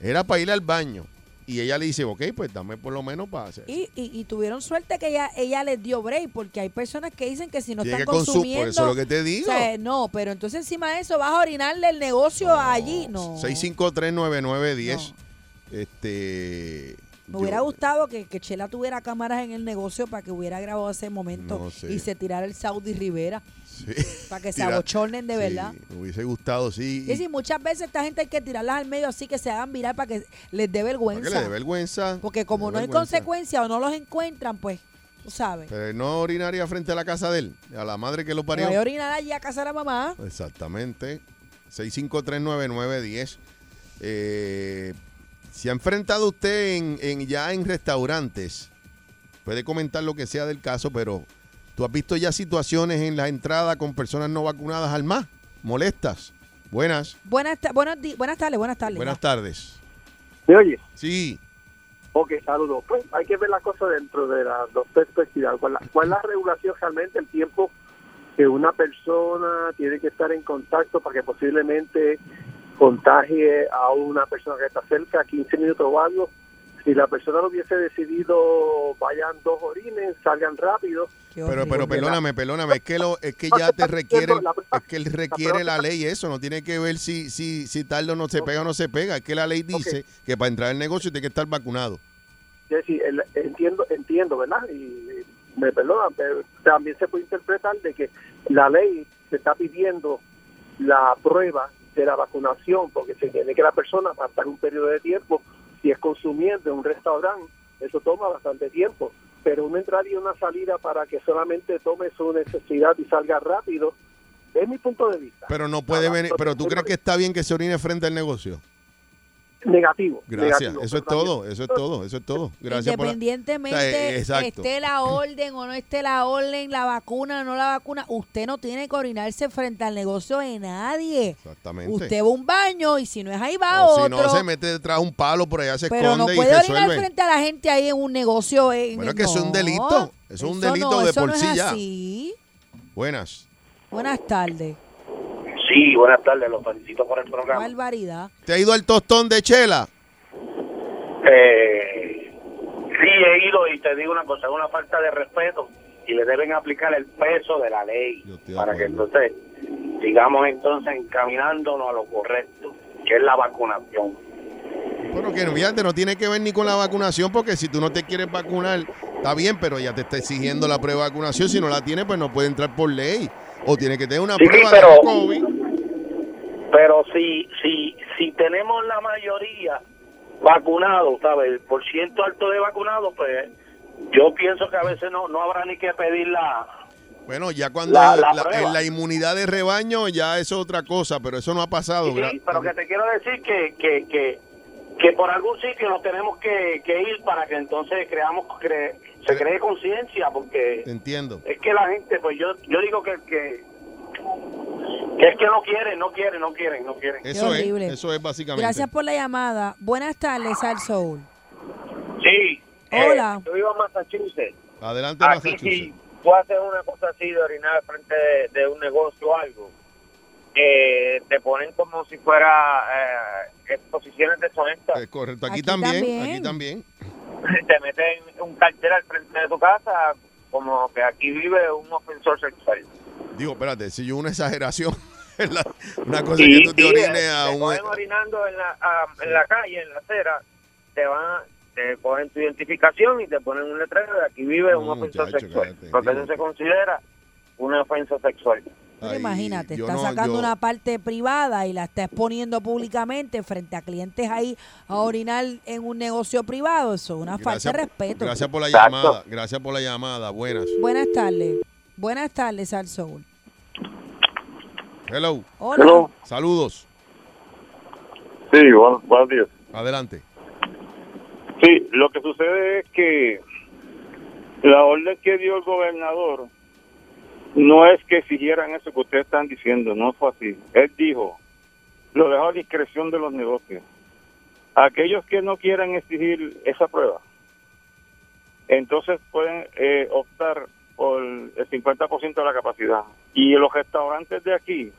[SPEAKER 2] era para ir al baño. Y ella le dice, ok, pues dame por lo menos para hacer.
[SPEAKER 3] Y, y- y tuvieron suerte que ella, ella les dio break, porque hay personas que dicen que si no
[SPEAKER 2] Tiene
[SPEAKER 3] están
[SPEAKER 2] que consumir,
[SPEAKER 3] consumiendo.
[SPEAKER 2] por eso es lo que te digo.
[SPEAKER 3] o sea, no, pero entonces encima de eso vas a orinarle el negocio
[SPEAKER 2] Oh,
[SPEAKER 3] allí. No.
[SPEAKER 2] 6539910. Este.
[SPEAKER 3] Me hubiera
[SPEAKER 2] yo-
[SPEAKER 3] gustado que, que Chela tuviera cámaras en el negocio para que hubiera grabado ese momento
[SPEAKER 2] No sé.
[SPEAKER 3] y se tirara el Saudi Rivera
[SPEAKER 2] sí.
[SPEAKER 3] para que se
[SPEAKER 2] Tira-
[SPEAKER 3] abochornen de
[SPEAKER 2] sí,
[SPEAKER 3] verdad.
[SPEAKER 2] Me hubiese gustado, sí.
[SPEAKER 3] Y si muchas veces esta gente hay que tirarlas al medio así que se hagan viral para que les dé
[SPEAKER 2] para
[SPEAKER 3] vergüenza.
[SPEAKER 2] que le dé vergüenza.
[SPEAKER 3] Porque como
[SPEAKER 2] le
[SPEAKER 3] no
[SPEAKER 2] dé
[SPEAKER 3] hay
[SPEAKER 2] vergüenza.
[SPEAKER 3] consecuencia o no los encuentran, pues, tú sabes.
[SPEAKER 2] Pero él no orinaría frente a la casa de él, a la madre que lo
[SPEAKER 3] Voy
[SPEAKER 2] parió.
[SPEAKER 3] a orinar allí a casa de la mamá.
[SPEAKER 2] Exactamente. 6539910. Eh, ¿Se ha enfrentado usted en, en- ya en restaurantes? Puede comentar lo que sea del caso, pero ¿tú has visto ya situaciones en la entrada con personas no vacunadas al más? Molestas. Buenas.
[SPEAKER 3] Buenas, ta- buenos di- buenas tardes, buenas tardes. Ah,
[SPEAKER 2] Buenas tardes.
[SPEAKER 6] ¿Me oyes?
[SPEAKER 2] Sí.
[SPEAKER 6] Ok, saludos. Pues hay que ver la cosa dentro de las dos perspectivas. ¿Cuál, la- cuál es la regulación realmente? El tiempo que una persona tiene que estar en contacto para que posiblemente contagie a una persona que está cerca, 15 minutos o algo. Si la persona lo hubiese decidido, vayan dos orines, salgan rápido.
[SPEAKER 3] Qué
[SPEAKER 2] Pero,
[SPEAKER 3] horrible.
[SPEAKER 2] pero perdóname, perdóname, es que, lo, es que ya te requiere, es que él requiere la ley eso, no tiene que ver si, si, si tal o no se pega o no se pega, es que la ley dice que para entrar al negocio tiene que estar vacunado.
[SPEAKER 6] Es decir, el- entiendo, entiendo, ¿verdad? Y y me perdonan, pero también se puede interpretar de que la ley se está pidiendo la prueba de la vacunación, porque se entiende que la persona va a estar un periodo de tiempo, si es consumiendo en un restaurante, eso toma bastante tiempo, pero una entrada y una salida para que solamente tome su necesidad y salga rápido, es mi punto de vista.
[SPEAKER 2] Pero no puede venir. Pero tú crees que está bien que se orine frente al negocio.
[SPEAKER 6] Negativo.
[SPEAKER 2] Gracias.
[SPEAKER 6] negativo,
[SPEAKER 2] Eso es
[SPEAKER 6] pero
[SPEAKER 2] todo. Eso es todo. Eso es todo. Gracias por. la-
[SPEAKER 3] Independientemente este,
[SPEAKER 2] O sea, eh, exacto.
[SPEAKER 3] esté la orden o no esté la orden, la vacuna o no la vacuna, usted no tiene que orinarse frente al negocio de nadie.
[SPEAKER 2] Exactamente.
[SPEAKER 3] Usted va a un baño y si no es ahí va
[SPEAKER 2] O si
[SPEAKER 3] otro.
[SPEAKER 2] no se mete detrás de un palo por allá se
[SPEAKER 3] pero no
[SPEAKER 2] esconde
[SPEAKER 3] puede
[SPEAKER 2] y
[SPEAKER 3] orinar
[SPEAKER 2] resuelve.
[SPEAKER 3] frente a la gente ahí en un negocio. eh, en-
[SPEAKER 2] Bueno, es que eso es un
[SPEAKER 3] no.
[SPEAKER 2] delito. Eso es un
[SPEAKER 3] Eso
[SPEAKER 2] delito
[SPEAKER 3] no,
[SPEAKER 2] de
[SPEAKER 3] eso
[SPEAKER 2] por
[SPEAKER 3] no es
[SPEAKER 2] sí ya.
[SPEAKER 3] así.
[SPEAKER 2] Buenas.
[SPEAKER 3] Buenas tardes.
[SPEAKER 7] Sí, buenas tardes, los felicito por el programa.
[SPEAKER 3] Barbaridad.
[SPEAKER 2] ¿Te ha ido al tostón de Chela?
[SPEAKER 7] Eh, sí, he ido y te digo una cosa, es una falta de respeto y le deben aplicar el peso de la ley para que entonces sigamos entonces encaminándonos a lo correcto, que es la vacunación.
[SPEAKER 2] Bueno, que fíjate, no tiene que ver ni con la vacunación, porque si tú no te quieres vacunar, está bien, pero ya te está exigiendo la prueba de vacunación. Si no la tiene, pues no puede entrar por ley. O tiene que tener una
[SPEAKER 7] Sí,
[SPEAKER 2] prueba
[SPEAKER 7] pero-
[SPEAKER 2] de COVID.
[SPEAKER 7] Pero si, si, si tenemos la mayoría vacunados, ¿sabes? El por ciento alto de vacunados, pues yo pienso que a veces no, no habrá ni que pedir la,
[SPEAKER 2] Bueno, ya cuando
[SPEAKER 7] La- la
[SPEAKER 2] la-
[SPEAKER 7] prueba.
[SPEAKER 2] en la inmunidad de rebaño ya eso es otra cosa, pero eso no ha pasado.
[SPEAKER 7] Sí,
[SPEAKER 2] gra-
[SPEAKER 7] pero que te quiero decir que, que, que, que por algún sitio nos tenemos que, que ir para que entonces creamos cre- se cree conciencia, porque
[SPEAKER 2] Te entiendo.
[SPEAKER 7] es que la gente, pues yo yo digo que, que, que es que no quieren, no quieren, no quieren, no quieren.
[SPEAKER 2] Eso es,
[SPEAKER 3] horrible.
[SPEAKER 2] eso es básicamente.
[SPEAKER 3] Gracias por la llamada. Buenas tardes, Al Soul.
[SPEAKER 7] Sí.
[SPEAKER 3] Hola.
[SPEAKER 8] Eh, Yo vivo en Massachusetts.
[SPEAKER 2] Adelante,
[SPEAKER 8] Aquí
[SPEAKER 2] Massachusetts.
[SPEAKER 8] si tú haces una cosa así de orinar frente de, de un negocio o algo, eh, te ponen como si fuera eh, exposiciones deshonestas.
[SPEAKER 2] Es correcto, aquí,
[SPEAKER 8] Aquí
[SPEAKER 2] también,
[SPEAKER 8] también.
[SPEAKER 2] aquí también.
[SPEAKER 8] Te meten un cartel al frente de tu casa como que aquí vive un ofensor sexual.
[SPEAKER 2] Digo, espérate, si yo una exageración. La- una cosa
[SPEAKER 7] Sí,
[SPEAKER 2] que tú te
[SPEAKER 7] sí,
[SPEAKER 2] orines
[SPEAKER 7] eh,
[SPEAKER 2] a
[SPEAKER 7] te
[SPEAKER 2] un. este.
[SPEAKER 7] cogen orinando en la, a- en la calle, en la acera, te van a- te cogen tu identificación y te ponen un letrero de aquí vive un ofensor sexual. porque eso se considera una ofensa sexual.
[SPEAKER 3] Pero imagínate,
[SPEAKER 7] yo
[SPEAKER 3] está
[SPEAKER 7] no-
[SPEAKER 3] sacando
[SPEAKER 7] yo-
[SPEAKER 3] una parte privada y la está exponiendo públicamente frente a clientes ahí a orinar en un negocio privado. Eso es una falta de respeto.
[SPEAKER 2] Gracias por la
[SPEAKER 3] Exacto.
[SPEAKER 2] llamada. Gracias por la llamada. Buenas.
[SPEAKER 3] Buenas tardes. Buenas tardes, Al Soul.
[SPEAKER 2] Hello.
[SPEAKER 3] Hola. Hello.
[SPEAKER 2] Saludos.
[SPEAKER 9] Sí, buenos, buenos días.
[SPEAKER 2] Adelante.
[SPEAKER 9] Sí, lo que sucede es que la orden que dio el gobernador no es que exigieran eso que ustedes están diciendo, no fue así. Él dijo, lo dejó a discreción de los negocios. Aquellos que no quieran exigir esa prueba, entonces pueden eh, optar por el 50% de la capacidad. Y los restaurantes de aquí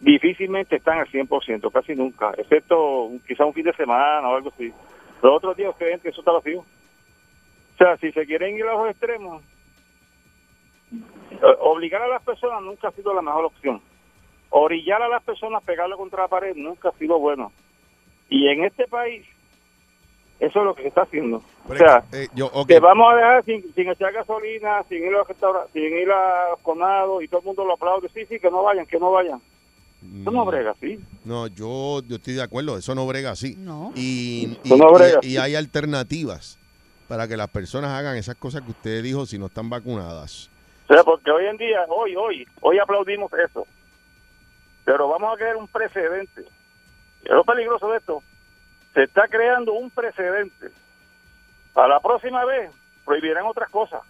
[SPEAKER 9] difícilmente están al 100%, casi nunca, excepto un- quizá un fin de semana o algo así. Los otros días ustedes ven que eso está vacío. O sea, si se quieren ir a los extremos, eh, obligar a las personas nunca ha sido la mejor opción. Orillar a las personas, pegarlo contra la pared, nunca ha sido bueno. Y en este país, eso es lo que se está haciendo.
[SPEAKER 2] O
[SPEAKER 9] sea,
[SPEAKER 2] Eh, yo, ok.
[SPEAKER 9] que vamos a dejar sin, sin echar gasolina, sin ir a los restaurantes, sin ir a los conados y todo el mundo lo aplaude. Sí, sí, que no vayan, que no vayan. Eso
[SPEAKER 2] Mm.
[SPEAKER 9] no brega, sí.
[SPEAKER 2] No, yo, yo estoy de acuerdo, eso no brega así. Y, y,
[SPEAKER 9] Eso no
[SPEAKER 2] y-
[SPEAKER 9] brega.
[SPEAKER 2] y hay alternativas para que las personas hagan esas cosas que usted dijo si no están vacunadas.
[SPEAKER 9] O sea, porque hoy en día, hoy, hoy, hoy aplaudimos eso. Pero vamos a crear un precedente. Y lo peligroso de esto, se está creando un precedente. Para la próxima vez prohibirán otras cosas.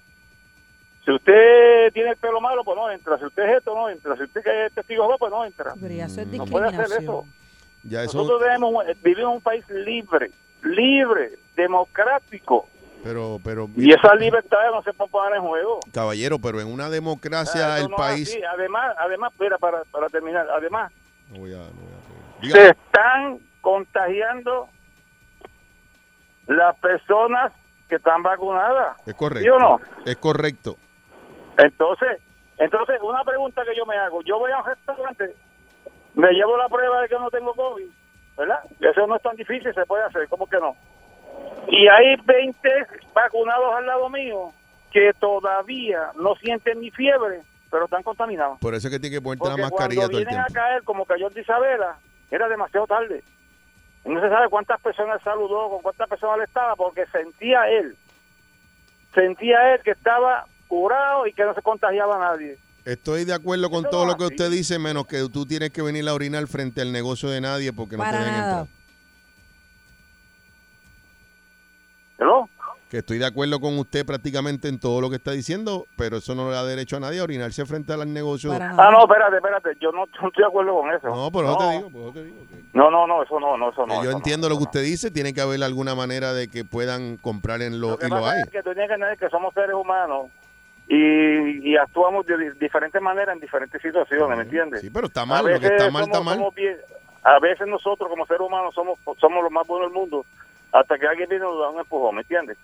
[SPEAKER 9] Si usted tiene el pelo malo, pues no entra. Si usted es esto, no entra. Si usted es testigo, de Jehová, pues no entra.
[SPEAKER 2] Mm.
[SPEAKER 9] no puede hacer eso.
[SPEAKER 2] Ya eso,
[SPEAKER 9] Nosotros debemos eh, vivir en un país libre, libre, democrático.
[SPEAKER 2] pero, pero,
[SPEAKER 9] Y esas libertades no se pueden poner en juego.
[SPEAKER 2] caballero, pero en una democracia
[SPEAKER 9] Ah, Eso
[SPEAKER 2] el
[SPEAKER 9] no es
[SPEAKER 2] país.
[SPEAKER 9] así. Además, además, espera, para, para terminar, además,
[SPEAKER 2] No voy a- no voy a-
[SPEAKER 9] se están contagiando las personas que están vacunadas.
[SPEAKER 2] Es correcto.
[SPEAKER 9] ¿Sí o no?
[SPEAKER 2] Es correcto.
[SPEAKER 9] Entonces, entonces una pregunta que yo me hago, yo voy a un restaurante, me llevo la prueba de que no tengo COVID, ¿verdad? Eso no es tan difícil, se puede hacer, ¿cómo que no? Y hay 20 vacunados al lado mío que todavía no sienten ni fiebre, pero están contaminados.
[SPEAKER 2] Por eso es que tiene que ponerte
[SPEAKER 9] Porque
[SPEAKER 2] la mascarilla
[SPEAKER 9] cuando
[SPEAKER 2] todo el
[SPEAKER 9] vienen a
[SPEAKER 2] tiempo.
[SPEAKER 9] caer como cayó el de Isabela, era demasiado tarde. No se sabe cuántas personas saludó, con cuántas personas le estaba, porque sentía él, sentía él que estaba curado y que no se contagiaba a nadie.
[SPEAKER 2] Estoy de acuerdo con todo lo que usted dice, menos que tú tienes que venir a orinar frente al negocio de nadie porque no te
[SPEAKER 3] Para
[SPEAKER 2] dejan
[SPEAKER 3] nada.
[SPEAKER 2] entrar. Que estoy de acuerdo con usted prácticamente en todo lo que está diciendo, pero eso no le da derecho a nadie a orinarse frente al negocio.
[SPEAKER 9] Ah, no, espérate, espérate, yo no, no estoy de acuerdo con eso.
[SPEAKER 2] No, por eso te digo,
[SPEAKER 9] No, no, no, eso no, no, eso no.
[SPEAKER 2] Yo
[SPEAKER 9] eso no.
[SPEAKER 2] entiendo lo que usted dice, tiene que haber alguna manera de que puedan comprar en lo,
[SPEAKER 9] Lo que
[SPEAKER 2] y lo
[SPEAKER 9] pasa
[SPEAKER 2] hay.
[SPEAKER 9] es que tú tienes que entender que somos seres humanos y, y actuamos de di- diferentes maneras en diferentes situaciones, ¿me entiendes?
[SPEAKER 2] Sí, pero está
[SPEAKER 9] A
[SPEAKER 2] mal, lo que
[SPEAKER 9] veces
[SPEAKER 2] está mal está
[SPEAKER 9] somos-
[SPEAKER 2] mal.
[SPEAKER 9] somos bien- a veces nosotros como seres humanos somos somos los más buenos del mundo hasta que alguien viene y nos da un empujón, ¿me entiendes?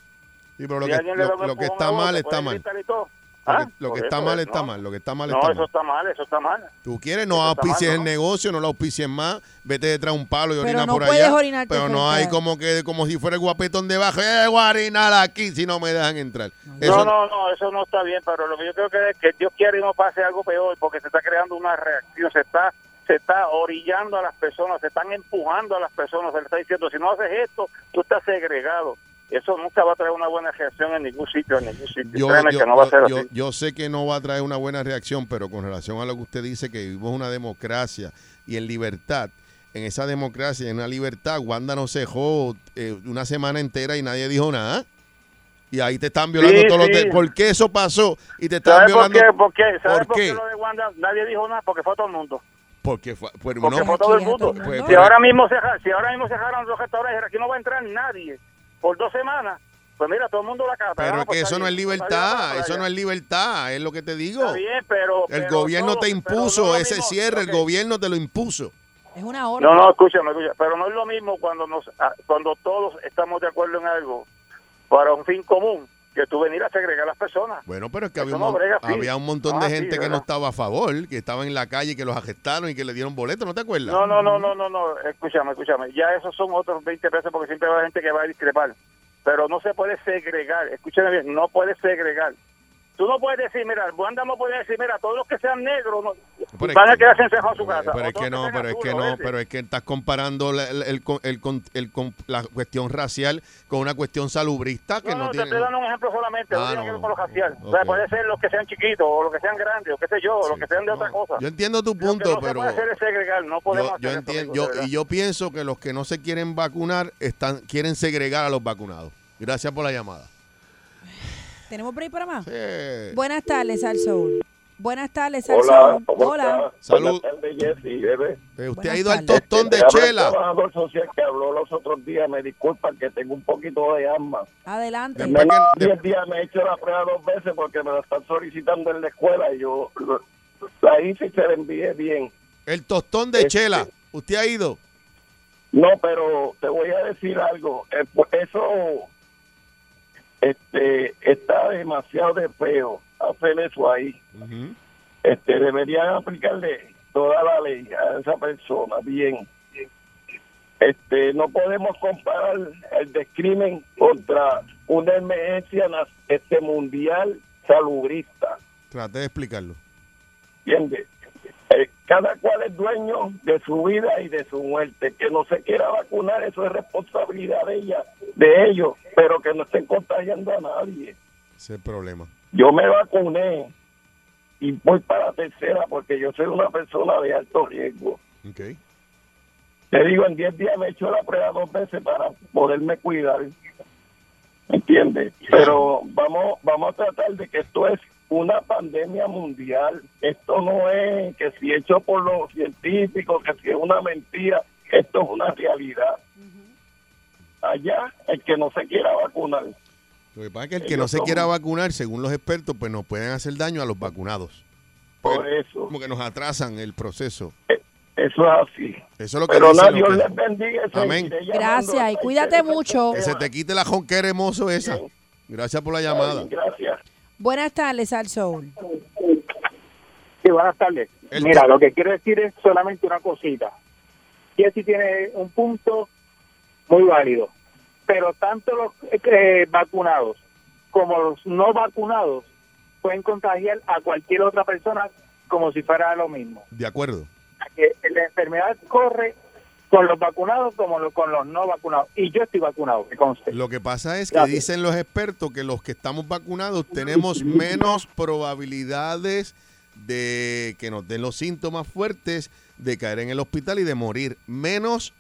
[SPEAKER 2] Sí, pero lo
[SPEAKER 9] si
[SPEAKER 2] que,
[SPEAKER 9] alguien le da
[SPEAKER 2] lo-
[SPEAKER 9] un
[SPEAKER 2] lo que
[SPEAKER 9] empujón
[SPEAKER 2] está
[SPEAKER 9] a uno,
[SPEAKER 2] mal
[SPEAKER 9] te
[SPEAKER 2] está
[SPEAKER 9] pueden
[SPEAKER 2] mal.
[SPEAKER 9] gritar y todo.
[SPEAKER 2] Lo
[SPEAKER 9] Ah,
[SPEAKER 2] que, lo que
[SPEAKER 9] por
[SPEAKER 2] está
[SPEAKER 9] eso
[SPEAKER 2] mal
[SPEAKER 9] es,
[SPEAKER 2] está
[SPEAKER 9] ¿no?
[SPEAKER 2] mal, lo que está mal
[SPEAKER 9] No,
[SPEAKER 2] está
[SPEAKER 9] eso
[SPEAKER 2] mal.
[SPEAKER 9] está mal, eso está mal.
[SPEAKER 2] Tú quieres, no
[SPEAKER 9] Eso está mal,
[SPEAKER 2] auspicies el
[SPEAKER 9] ¿no?
[SPEAKER 2] negocio, no lo auspicies más, vete detrás de un palo y
[SPEAKER 3] Pero
[SPEAKER 2] orina
[SPEAKER 3] no
[SPEAKER 2] por
[SPEAKER 3] puedes
[SPEAKER 2] allá.
[SPEAKER 3] orinarte
[SPEAKER 2] pero no
[SPEAKER 3] frente
[SPEAKER 2] hay
[SPEAKER 3] a-
[SPEAKER 2] como que como si fuera el guapetón debajo, eh, voy a orinar aquí si no me dejan entrar. Eso-
[SPEAKER 9] No, no, no, eso no está bien, pero lo que yo creo que es que Dios quiere y no pase algo peor porque se está creando una reacción, se está se está orillando a las personas, se están empujando a las personas, se le está diciendo, si no haces esto, tú estás segregado. Eso nunca va a traer una buena reacción en ningún sitio, en ningún sitio.
[SPEAKER 2] Yo,
[SPEAKER 9] Créeme
[SPEAKER 2] yo-
[SPEAKER 9] que no va a ser
[SPEAKER 2] yo-
[SPEAKER 9] así.
[SPEAKER 2] yo sé que no va a traer una buena reacción, pero con relación a lo que usted dice, que vivimos una democracia y en libertad, en esa democracia y en la libertad, Wanda nos cejó eh, una semana entera y nadie dijo nada. Y ahí te están violando
[SPEAKER 9] Sí,
[SPEAKER 2] todos los...
[SPEAKER 9] sí.
[SPEAKER 2] de- ¿Por qué eso pasó? Y te están
[SPEAKER 9] ¿Sabes por
[SPEAKER 2] violando...
[SPEAKER 9] qué? ¿Por qué? ¿Sabes
[SPEAKER 2] ¿Por
[SPEAKER 9] por
[SPEAKER 2] qué?
[SPEAKER 9] qué lo de Wanda? Nadie dijo nada porque fue todo el mundo.
[SPEAKER 2] Porque fue, pues,
[SPEAKER 9] Porque
[SPEAKER 2] no-
[SPEAKER 9] fue todo el mundo.
[SPEAKER 2] Pues,
[SPEAKER 3] Ah.
[SPEAKER 9] si,
[SPEAKER 2] pues,
[SPEAKER 9] ahora mismo se, si ahora mismo se cerraron los restaurantes, aquí no va a entrar nadie por dos semanas. Pues mira, todo el mundo la cata.
[SPEAKER 2] Pero es
[SPEAKER 9] Ah,
[SPEAKER 2] que
[SPEAKER 9] pues está
[SPEAKER 2] eso no es
[SPEAKER 9] bien, está bien, vamos
[SPEAKER 10] pues,
[SPEAKER 2] libertad,
[SPEAKER 9] para
[SPEAKER 2] eso
[SPEAKER 9] allá.
[SPEAKER 2] no es libertad, es lo que te digo.
[SPEAKER 9] Está bien, pero-
[SPEAKER 2] el
[SPEAKER 9] pero
[SPEAKER 2] gobierno
[SPEAKER 9] todo-
[SPEAKER 2] te
[SPEAKER 9] pero no
[SPEAKER 2] impuso
[SPEAKER 9] lo
[SPEAKER 2] ese
[SPEAKER 9] mismo,
[SPEAKER 2] cierre, el gobierno te lo impuso.
[SPEAKER 3] Es una
[SPEAKER 9] No, no, escúchame, escúchame. Pero no es lo mismo cuando nos, ah, cuando todos estamos de acuerdo en algo para un fin común
[SPEAKER 10] que tú venir a segregar a las personas.
[SPEAKER 2] Bueno, pero es que
[SPEAKER 10] Eso
[SPEAKER 2] había un,
[SPEAKER 10] no
[SPEAKER 2] mon-
[SPEAKER 10] brega así.
[SPEAKER 2] había un montón
[SPEAKER 10] Ah,
[SPEAKER 2] de
[SPEAKER 10] sí,
[SPEAKER 2] gente que
[SPEAKER 10] ¿verdad?
[SPEAKER 2] no estaba a favor, que estaba en la calle, que los arrestaron y que le dieron boleto, ¿no te acuerdas?
[SPEAKER 10] No, no, no, no, no, no, escúchame, escúchame. Ya esos son otros 20 pesos porque siempre va a haber gente que va a discrepar. Pero no se puede segregar, escúchame bien, no puede segregar. Tú no puedes decir, mira, Wanda no puede decir, mira, todos los que sean negros no-
[SPEAKER 2] Pero es
[SPEAKER 10] van a
[SPEAKER 2] que-
[SPEAKER 10] quedarse encerrados a su casa.
[SPEAKER 2] Pero es que no, pero es que no, pero es que estás comparando la, el- el con- el con- el con- la cuestión racial con una cuestión salubrista que
[SPEAKER 10] No,
[SPEAKER 2] no,
[SPEAKER 10] no, te
[SPEAKER 2] tiene...
[SPEAKER 10] estoy dando un ejemplo solamente, no
[SPEAKER 2] Ah,
[SPEAKER 10] tiene
[SPEAKER 2] no,
[SPEAKER 10] que ver con lo racial. O sea, puede ser los que sean chiquitos, o los que sean grandes, o qué sé yo, o los que sean de otra cosa.
[SPEAKER 2] Yo entiendo tu punto,
[SPEAKER 10] Lo que
[SPEAKER 2] pero
[SPEAKER 10] no se puede hacer es segregar, no podemos
[SPEAKER 2] yo,
[SPEAKER 10] hacer
[SPEAKER 2] yo
[SPEAKER 10] eso,
[SPEAKER 2] entiendo,
[SPEAKER 10] amigos, de
[SPEAKER 2] yo,
[SPEAKER 10] verdad.
[SPEAKER 2] y yo pienso que los que no se quieren vacunar están quieren segregar a los vacunados. Gracias por la llamada.
[SPEAKER 3] ¿Tenemos break para más?
[SPEAKER 10] Eh,
[SPEAKER 2] Sí.
[SPEAKER 3] Buenas tardes, Al Soul. Buenas tardes, Al
[SPEAKER 11] Hola,
[SPEAKER 3] Soul.
[SPEAKER 11] ¿cómo
[SPEAKER 3] Hola.
[SPEAKER 11] estás?
[SPEAKER 2] Salud.
[SPEAKER 11] Buenas tardes, Jessy, bebé.
[SPEAKER 2] Eh, usted
[SPEAKER 11] Buenas
[SPEAKER 2] ha ido al
[SPEAKER 11] tardes.
[SPEAKER 2] tostón de
[SPEAKER 11] Te habla el
[SPEAKER 2] chela.
[SPEAKER 11] trabajador social que habló los otros días, me disculpan que tengo un poquito de asma.
[SPEAKER 3] Adelante.
[SPEAKER 11] Me han- diez días me he hecho la prueba dos veces porque me la están solicitando en la escuela y yo lo- la hice y se la envié bien.
[SPEAKER 2] El tostón
[SPEAKER 10] Este.
[SPEAKER 2] de chela. ¿Usted ha ido?
[SPEAKER 11] No, pero te voy a decir algo. eh, pues, Eso este, está demasiado de feo hacer eso ahí. este, deberían aplicarle toda la ley a esa persona bien este no podemos comparar el descrimen contra una emergencia na- este mundial salubrista
[SPEAKER 2] Traté de explicarlo.
[SPEAKER 11] ¿entiendes? Eh, cada cual es dueño de su vida y de su muerte que no se quiera vacunar eso es responsabilidad de ella de ellos pero que no estén contagiando a nadie
[SPEAKER 2] Ese es el problema.
[SPEAKER 11] yo me vacuné y voy para la tercera porque yo soy una persona de alto riesgo.
[SPEAKER 2] Ok.
[SPEAKER 11] Te digo, en 10 días me he hecho la prueba dos veces para poderme cuidar. ¿Me entiendes? Pero vamos, vamos a tratar de que esto es una pandemia mundial. Esto no es que si hecho por los científicos, que si es una mentira, esto es una realidad. Allá, el que no se quiera vacunar.
[SPEAKER 2] Lo que pasa es que el que no se quiera vacunar, según los expertos, pues nos pueden hacer daño a los vacunados.
[SPEAKER 11] Por eso.
[SPEAKER 2] Como que nos atrasan el proceso.
[SPEAKER 11] Eso es así.
[SPEAKER 2] Eso es lo que
[SPEAKER 11] Pero
[SPEAKER 2] dice
[SPEAKER 11] nada,
[SPEAKER 2] lo
[SPEAKER 11] Dios
[SPEAKER 2] que-
[SPEAKER 11] les bendiga. y
[SPEAKER 2] Amén.
[SPEAKER 11] seguiré llamando
[SPEAKER 3] Gracias y
[SPEAKER 11] hasta
[SPEAKER 3] cuídate mucho.
[SPEAKER 2] Que se te quite la jonquera hermoso esa. Gracias por la llamada.
[SPEAKER 11] Gracias.
[SPEAKER 3] Buenas tardes, Al Soul.
[SPEAKER 12] Sí, buenas tardes.
[SPEAKER 2] El
[SPEAKER 12] Mira,
[SPEAKER 2] te-
[SPEAKER 12] lo que quiero decir es solamente una cosita. Jessy tiene un punto muy válido, pero tanto los eh, vacunados como los no vacunados pueden contagiar a cualquier otra persona como si fuera lo mismo.
[SPEAKER 2] De acuerdo.
[SPEAKER 12] Que la enfermedad corre con los vacunados como lo- con los no vacunados. Y yo estoy vacunado, que conste.
[SPEAKER 2] Lo que pasa es que
[SPEAKER 12] Gracias.
[SPEAKER 2] dicen los expertos que los que estamos vacunados tenemos menos probabilidades de que nos den los síntomas fuertes, de caer en el hospital y de morir. Menos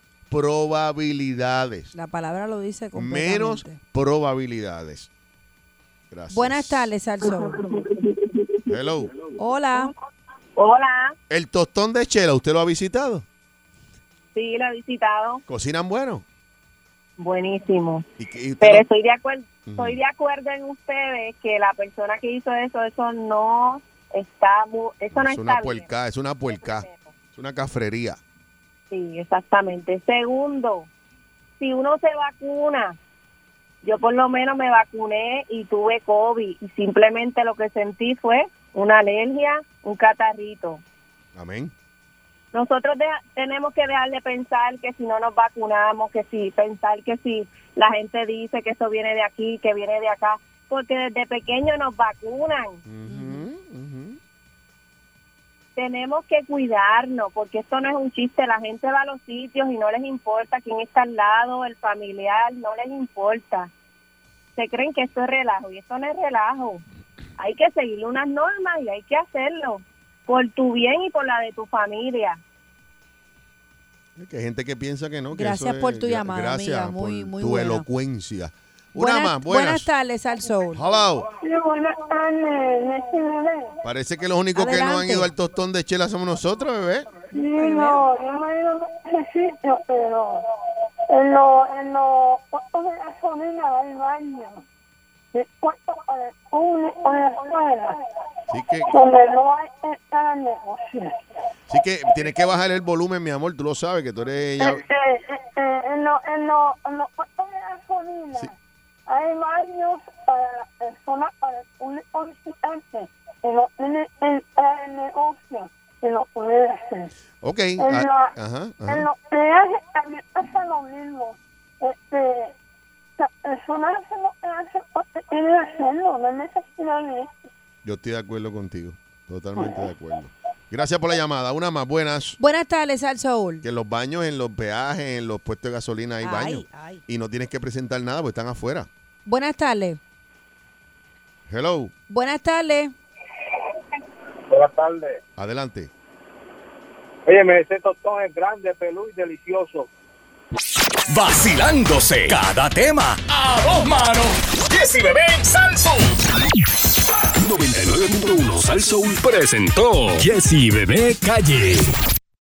[SPEAKER 2] probabilidades.
[SPEAKER 3] La palabra lo dice completamente.
[SPEAKER 2] Menos probabilidades. Gracias.
[SPEAKER 3] Buenas tardes, Al Soul.
[SPEAKER 2] Hello.
[SPEAKER 3] Hola.
[SPEAKER 13] Hola,
[SPEAKER 2] El tostón de chela, ¿usted lo ha visitado?
[SPEAKER 13] sí, lo he visitado.
[SPEAKER 2] ¿Cocinan bueno?
[SPEAKER 13] Buenísimo.
[SPEAKER 2] ¿Y, qué- y usted
[SPEAKER 13] Pero
[SPEAKER 2] lo-
[SPEAKER 13] estoy de acuerdo,
[SPEAKER 2] Ujú.
[SPEAKER 13] estoy de acuerdo en ustedes que la persona que hizo eso, eso no está, mu- eso no
[SPEAKER 2] es
[SPEAKER 13] está
[SPEAKER 2] una
[SPEAKER 13] bien.
[SPEAKER 2] puerca, es una puerca, es una cafrería.
[SPEAKER 13] Sí, exactamente. Segundo, si uno se vacuna, yo por lo menos me vacuné y tuve COVID y simplemente lo que sentí fue una alergia, un catarrito.
[SPEAKER 2] Amén.
[SPEAKER 13] Nosotros deja- tenemos que dejar de pensar que si no nos vacunamos, que si pensar que si la gente dice que eso viene de aquí, que viene de acá, porque desde pequeño nos vacunan. Tenemos que cuidarnos, porque esto no es un chiste. La gente va a los sitios y no les importa quién está al lado, el familiar, no les importa. Se creen que esto es relajo y esto no es relajo. Hay que seguir unas normas y hay que hacerlo por tu bien y por la de tu familia.
[SPEAKER 2] Es Que hay gente que piensa que no. Que
[SPEAKER 3] Gracias
[SPEAKER 2] eso
[SPEAKER 3] por
[SPEAKER 2] es-
[SPEAKER 3] tu
[SPEAKER 2] gra-
[SPEAKER 3] llamada,
[SPEAKER 2] Gracias
[SPEAKER 3] amiga, muy-
[SPEAKER 2] por
[SPEAKER 3] muy
[SPEAKER 2] tu
[SPEAKER 3] buena.
[SPEAKER 2] elocuencia. Una más, buenas.
[SPEAKER 3] tardes, Al Soul.
[SPEAKER 2] Hello.
[SPEAKER 14] buenas tardes, Jessy, bebé.
[SPEAKER 2] Parece que los únicos que no han
[SPEAKER 14] Adelante.
[SPEAKER 2] ido al tostón de chela somos nosotros, bebé.
[SPEAKER 14] No, yo me he ido a ese sitio, pero en los en los cuartos de gasolina va el baño. El cuarto para el público de la escuela,
[SPEAKER 2] Así que,
[SPEAKER 14] donde no hay esta negocio.
[SPEAKER 2] así que tienes que bajar el volumen, mi amor. Tú lo sabes que tú eres. ya-
[SPEAKER 14] Eh, eh, eh, en los en los- en los cuartos de eh, gasolina Hay eh, baños para las personas, para un visitante que no tiene el, el negocio que lo puede hacer.
[SPEAKER 2] Ok.
[SPEAKER 14] En,
[SPEAKER 2] ah,
[SPEAKER 14] la-
[SPEAKER 2] ajá,
[SPEAKER 14] en
[SPEAKER 2] ajá.
[SPEAKER 14] los peajes también pasa lo mismo. Este, las personas hacen lo que hacen porque quieren hacerlo, no es necesidad de eso.
[SPEAKER 2] Yo estoy de acuerdo contigo. Totalmente de acuerdo. Gracias por la llamada. Una más. Buenas.
[SPEAKER 3] Buenas tardes, Al Soul.
[SPEAKER 2] Que en los baños, en los peajes, en los puestos de gasolina hay
[SPEAKER 3] Ay,
[SPEAKER 2] baños.
[SPEAKER 3] ay.
[SPEAKER 2] Y no tienes que presentar nada porque están afuera.
[SPEAKER 3] Buenas tardes.
[SPEAKER 2] Hello.
[SPEAKER 3] Buenas tardes.
[SPEAKER 12] Buenas tardes.
[SPEAKER 2] Adelante.
[SPEAKER 12] Oye, ese tostón es grande, peludo y delicioso.
[SPEAKER 1] Vacilándose cada tema a dos manos. Jessy Bebé en Salsoul. 99.1 Salsoul presentó Jessy Bebé Calle.